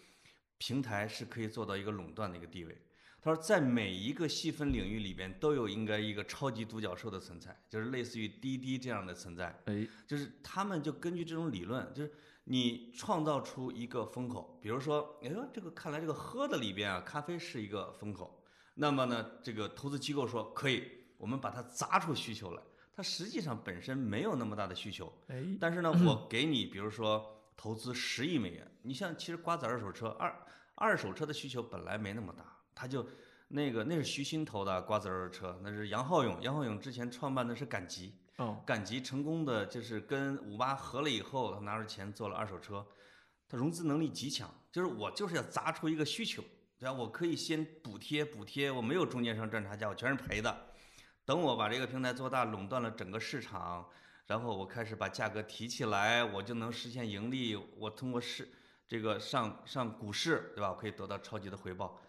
A: 平台是可以做到一个垄断的一个地位。他说，在每一个细分领域里边都有应该一个超级独角兽的存在，就是类似于滴滴这样的存在。
B: 哎，
A: 就是他们就根据这种理论，就是你创造出一个风口，比如说，哎呦，这个看来这个喝的里边啊，咖啡是一个风口，那么呢，这个投资机构说可以，我们把它砸出需求来，它实际上本身没有那么大的需求，
B: 哎，
A: 但是呢，我给你，比如说投资十亿美元，你像其实瓜子二手车，二二手车的需求本来没那么大，他就那个那是徐新投的瓜子二手车，那是杨浩勇，杨浩勇之前创办的是赶集。
B: 哦，
A: 赶集成功的就是跟五八合了以后，他拿着钱做了二手车，他融资能力极强，就是我就是要砸出一个需求，对吧？我可以先补贴补贴，我没有中间商赚差价，我全是赔的。等我把这个平台做大，垄断了整个市场，然后我开始把价格提起来，我就能实现盈利。我通过市这个上上股市，对吧？我可以得到超级的回报。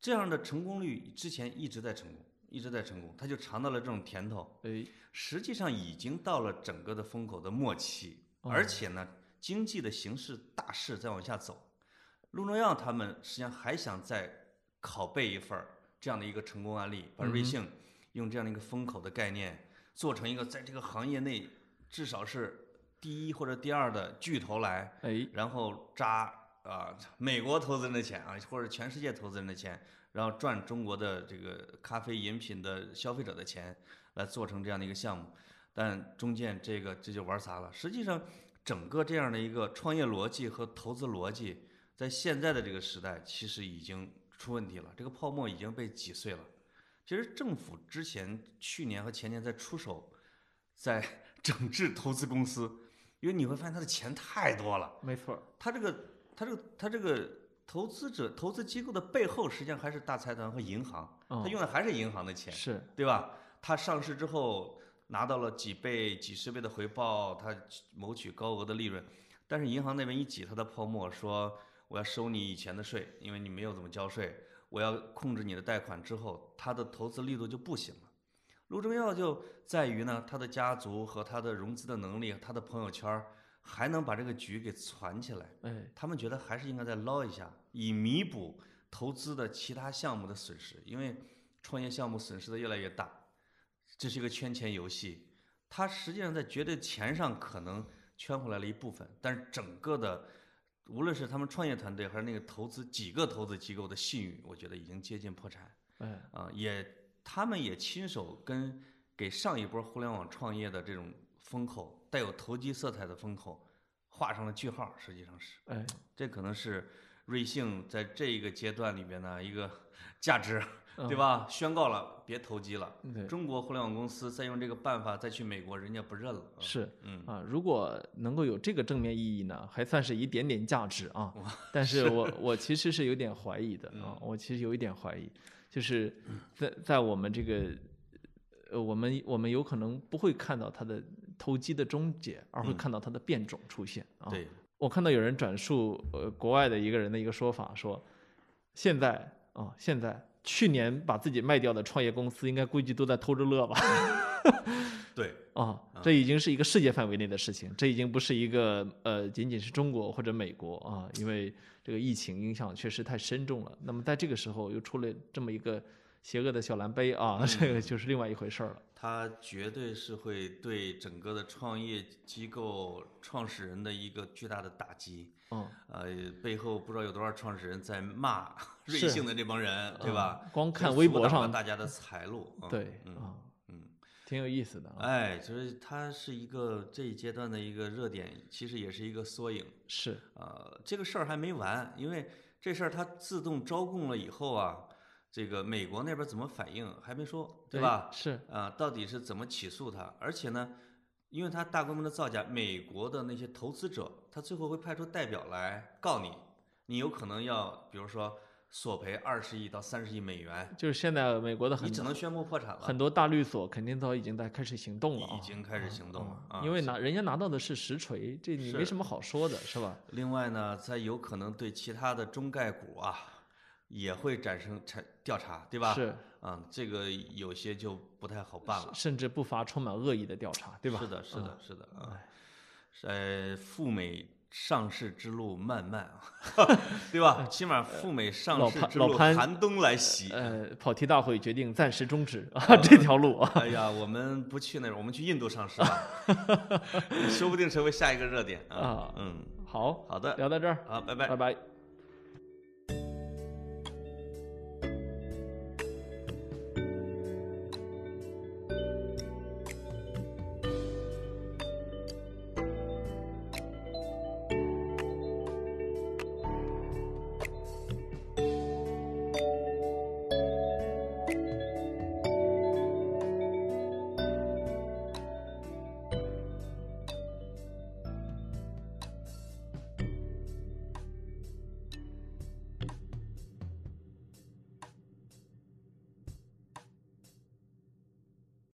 A: 这样的成功率之前一直在成功，一直在成功，他就尝到了这种甜头。
B: 哎，
A: 实际上已经到了整个的风口的末期，
B: 哦
A: 而且呢，经济的形势大势在往下走。陆中耀他们实际上还想再拷贝一份儿这样的一个成功案例，把
B: 嗯哼
A: 瑞幸用这样的一个风口的概念，做成一个在这个行业内至少是第一或者第二的巨头来，
B: 哎，
A: 然后扎啊、美国投资人的钱啊，或者全世界投资人的钱，然后赚中国的这个咖啡饮品的消费者的钱，来做成这样的一个项目。但中间这个这就玩砸了。实际上，整个这样的一个创业逻辑和投资逻辑，在现在的这个时代，其实已经出问题了。这个泡沫已经被挤碎了。其实政府之前去年和前年在出手，在 (laughs) 整治投资公司，因为你会发现他的钱太多了。
B: 没错儿，
A: 他这个他这个他这个投资者投资机构的背后，实际上还是大财团和银行，他
B: 嗯，
A: 用的还是银行的钱，
B: 是，
A: 对吧？他上市之后拿到了几倍、几十倍的回报，他谋取高额的利润，但是银行那边一挤他的泡沫，说我要收你以前的税，因为你没有怎么交税，我要控制你的贷款之后，他的投资力度就不行了。陆正耀就在于呢，他的家族和他的融资的能力，他的朋友圈儿还能把这个局给攒起来。
B: 哎，
A: 他们觉得还是应该再捞一下，以弥补投资的其他项目的损失，因为创业项目损失的越来越大，这是一个圈钱游戏。它实际上在绝对钱上可能圈回来了一部分，但是整个的，无论是他们创业团队还是那个投资几个投资机构的信誉，我觉得已经接近破产
B: 哎，
A: 啊、也他们也亲手跟给上一波互联网创业的这种风口带有投机色彩的风口画上了句号，实际上是。
B: 哎，
A: 这可能是瑞幸在这个阶段里面呢一个 (laughs) 价值，
B: 嗯
A: 对吧？宣告了别投机了。
B: 对，
A: 中国互联网公司再用这个办法再去美国，人家不认了。啊
B: 是，
A: 嗯，
B: 啊，如果能够有这个正面意义呢，还算是一点点价值啊。但是我我其实是有点怀疑的啊，我其实有一点怀疑，就是在在我们这个，呃，我们我们有可能不会看到它的投机的终结，而会看到它的变种出现啊。
A: 对，
B: 我看到有人转述呃国外的一个人的一个说法，说现在啊、现在去年把自己卖掉的创业公司，应该估计都在偷着乐吧。
A: 对，
B: 啊，这已经是一个世界范围内的事情，这已经不是一个呃，仅仅是中国或者美国啊，因为这个疫情影响确实太深重了。那么在这个时候又出了这么一个邪恶的小蓝杯啊，
A: 嗯
B: 这个就是另外一回事儿了。
A: 它绝对是会对整个的创业机构创始人的一个巨大的打击。
B: 嗯，
A: 呃，背后不知道有多少创始人在骂 (laughs) 瑞
B: 是
A: 幸的这帮人，对吧？
B: 嗯光
A: 这
B: 看
A: 阻
B: 微博
A: 挡了
B: 上
A: 大啊家的财路。嗯
B: 对
A: 嗯
B: 啊，
A: 嗯，
B: 挺有意思的啊。
A: 哎，就是它是一个这一阶段的一个热点，其实也是一个缩影。
B: 是，
A: 呃，这个事儿还没完，因为这事儿它自动招供了以后啊，这个美国那边怎么反应还没说，对
B: 哎
A: 吧？
B: 是，
A: 啊，到底是怎么起诉他？而且呢，因为他大规模的造假，美国的那些投资者，他最后会派出代表来告你，你有可能要，比如说索赔二十亿到三十亿美元，
B: 就是现在美国的
A: 你
B: 很
A: 只能宣布破产了
B: 很。多大律所肯定早已经在开始行动了啊，
A: 已经开始行动了
B: 啊
A: 啊
B: 因为拿人家拿到的是实锤，这你没
A: 是
B: 什么好说的，是吧？
A: 另外呢，它有可能对其他的中概股啊，也会产生产调查，对吧？
B: 是，
A: 啊，这个有些就不太好办了，
B: 甚至不乏充满恶意的调查，对
A: 啊
B: 吧？嗯
A: 是的，是的，是的啊，呃，赴美上市之路漫漫
B: (laughs)
A: 啊，对吧？起码赴美上
B: 老
A: 市
B: 潘
A: 之
B: 嗯老
A: 路
B: 潘
A: 寒冬来袭。
B: 呃，跑题大会决定暂时终止啊这条路啊。
A: 哎呀，我们不去那儿，我们去印度上市
B: (laughs)
A: 吧，说不定成为下一个热点啊。
B: 啊
A: 嗯，
B: 好，
A: 好的，
B: 聊到这儿，
A: 好，拜拜
B: 拜。拜。